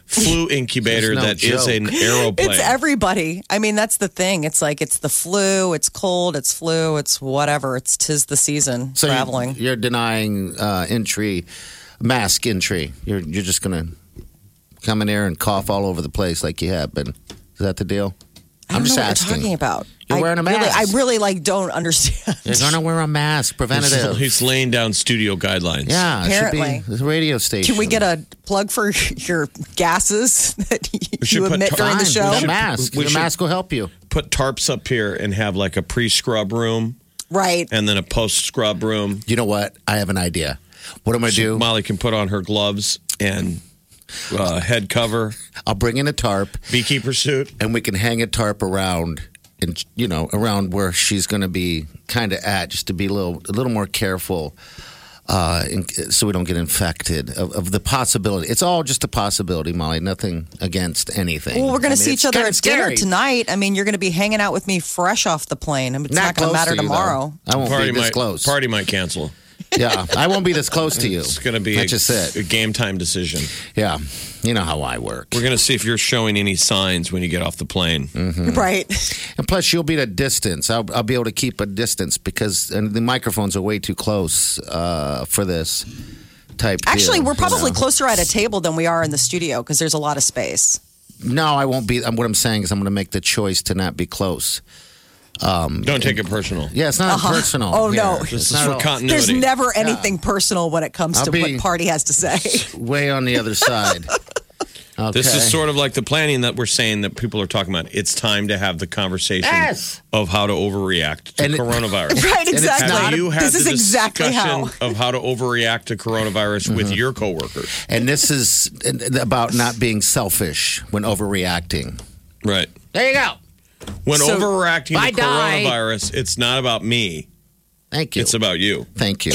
D: flu incubator
E: It's no
D: that is
E: joke.
D: an aeroplane.
C: It's everybody. I mean, that's the thing. It's like it's the flu, it's cold, it's flu, it's whatever. It's tis the season
E: So you-
C: traveling.
E: You're denying uh, entry, mask entry. You're you're just gonna come in there and cough all over the place like you have been. Is that the deal?
C: I don't
E: am just
C: know what
E: asking.
C: You're talking about.
E: You're
C: I
E: wearing a
C: Really, I
E: mask.
C: really like don't understand.
E: You're gonna wear a mask, preventative.
D: He's, he's laying down studio guidelines.
E: yeah, it
C: Apparently.
E: should be the radio
C: [LAUGHS]
E: station.
C: Can we get a plug for [LAUGHS] your gases that
D: should
C: you
D: put
C: emit during the
D: time.
C: show?
D: We should- we should-
E: will help you.
D: Put tarps up here and have like a pre-scrub room
C: Right.
D: and then a post-scrub room.
E: You know what? I have an idea. What am I do?
D: Molly can put on her gloves and uh, head cover,
E: I'll bring in a tarp,
D: beekeeper suit.
E: and we can hang a tarp around, and you know, around where she's going to be kind of at, just to be a little, a little more careful, uh, in, so we don't get infected of, of the possibility. It's all just a possibility, Molly. Nothing against anything.
C: Well, we're going
E: I mean,
C: to see
E: it's
C: each other
E: kinda
C: at dinner
E: scary.
C: tonight. I mean, you're going to be hanging out with me fresh off the plane. It's not, going
E: close
C: to matter
E: you, though.
C: tomorrow.
E: I won't
D: Party
E: be this
D: might,
E: close.
D: Party might cancel.
E: Yeah, I won't be this close
D: [LAUGHS]
E: to you.
D: It's going to be
E: That's
D: a,
E: just it.
D: a game time decision.
E: Yeah, you know how I work.
D: We're going to see if you're showing any signs when you get off the plane.
E: Mm. Hmm.
C: Right.
E: [LAUGHS] And plus, you'll be at a distance. I'll, I'll be able to keep a distance because and the microphones are way too close uh, for this type.
C: Actually,
E: deal,
C: we're
E: you know?
C: probably closer at a table than we are in the studio because there's a lot of space.
E: No, I won't be. um, What I'm saying is, I'm going to make the choice to not be close.
D: Don't take it personal.
E: Yeah, it's not
C: Uh-huh.
E: personal.
C: Oh,
E: here.
C: no.
E: It's
D: This is
E: not
D: for
E: all-
D: continuity.
C: There's never anything personal when it comes
E: I'll
C: to
E: be-
C: what party has to say.
E: way on the other
C: [LAUGHS]
E: side. Okay.
D: This is sort of like the planning that we're saying that people are talking about. It's time to have the conversation
E: Yes.
D: of how to overreact to
E: And it- [LAUGHS]
D: coronavirus.
C: [LAUGHS] right,
E: it's not-
C: exactly.
D: Have you had
C: this
D: the
C: is exactly how.
D: discussion of how to overreact to coronavirus with
E: Mm-hmm.
D: your coworkers?
E: and this is about not being selfish when overreacting.
D: Right.
E: There you go.
D: When
E: So,
D: overreacting
E: bye,
D: to
E: die.
D: coronavirus, it's not about me.
E: Thank you.
D: It's about you.
E: Thank you. [LAUGHS]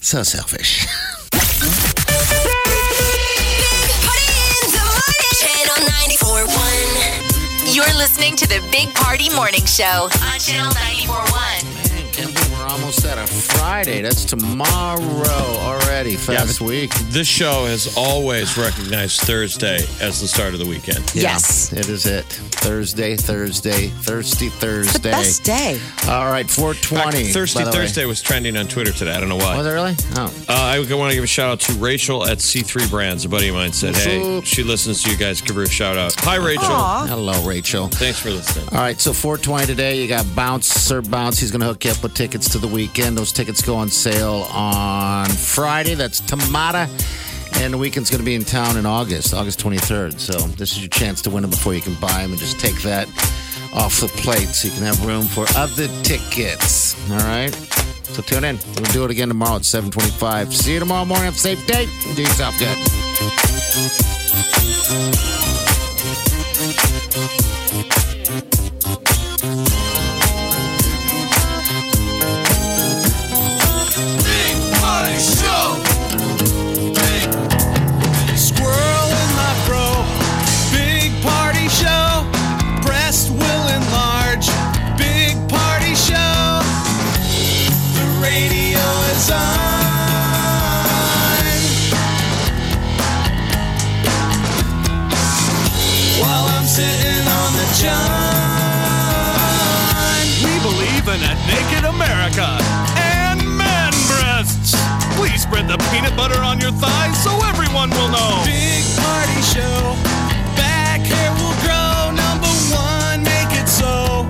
E: so selfish.
B: Channel 94.1. You're listening to the Big Party Morning Show on Channel 94.1.
E: Can't believe we're almost at a Friday. That's tomorrow already. Fast week.
D: This show has always recognized Thursday as the start of the weekend.
C: Yes.
E: It is it. Thursday, Thursday, Thirsty Thursday.
C: The best day.
E: All right, 420.
D: In fact, Thirsty
E: by the way.
D: Thursday was trending on Twitter today. I don't know why.
E: Was it really? Oh.
D: Uh, I want to give a shout out to Rachel at C3 Brands. A buddy of mine said, "Hey, she listens to you guys. Give her a shout out." Hi, Rachel.
C: Aw.
E: Hello, Rachel.
D: Thanks for listening.
E: All right, so 420 today. You got Bounce, Sir Bounce. He's going to hook you up with tickets to the weekend. Those tickets go on sale on Friday. That's Tamata. And the weekend's going to be in town in August, August 23rd. So this is your chance to win them before you can buy them and just take that off the plate so you can have room for other tickets. All right? So tune in. We'll do it again tomorrow at 725. See you tomorrow morning. Have a safe day. Do yourself good.
A: Squirrel in my bro. Big party show. Breast will enlarge. Big party show. The radio is on. While I'm sitting on the john. We believe in a naked America and man breasts. Please spread the peanut butter on your thighs so everyone will know. Big party show. Back hair will grow. Number one, make it so.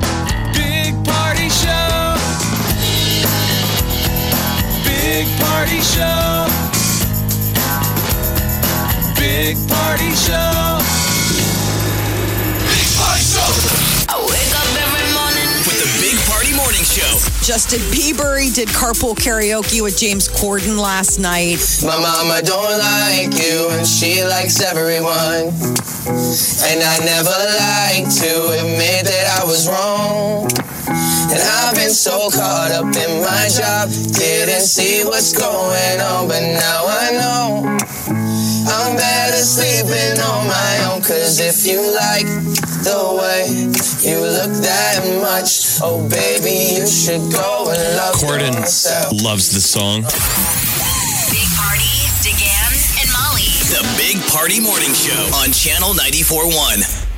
A: Big party show. Big party show. Big party show. Big party show.
B: I wake up every morning.
A: With the Big Party Morning Show.
C: Justin Bieber he did carpool karaoke with James Corden last night.
N: My mama don't like you, and she likes everyone. And I never like to admit that I was wrong. And I've been so caught up in my job, didn't see what's going on, but now I know. I'm better sleeping on my own, cause if you like the way you look that much, oh baby, you should go and love
D: Corden
N: yourself.
D: loves the song.
B: Big Party, DeGan, and Molly.
A: The
O: Party Morning Show on Channel 941.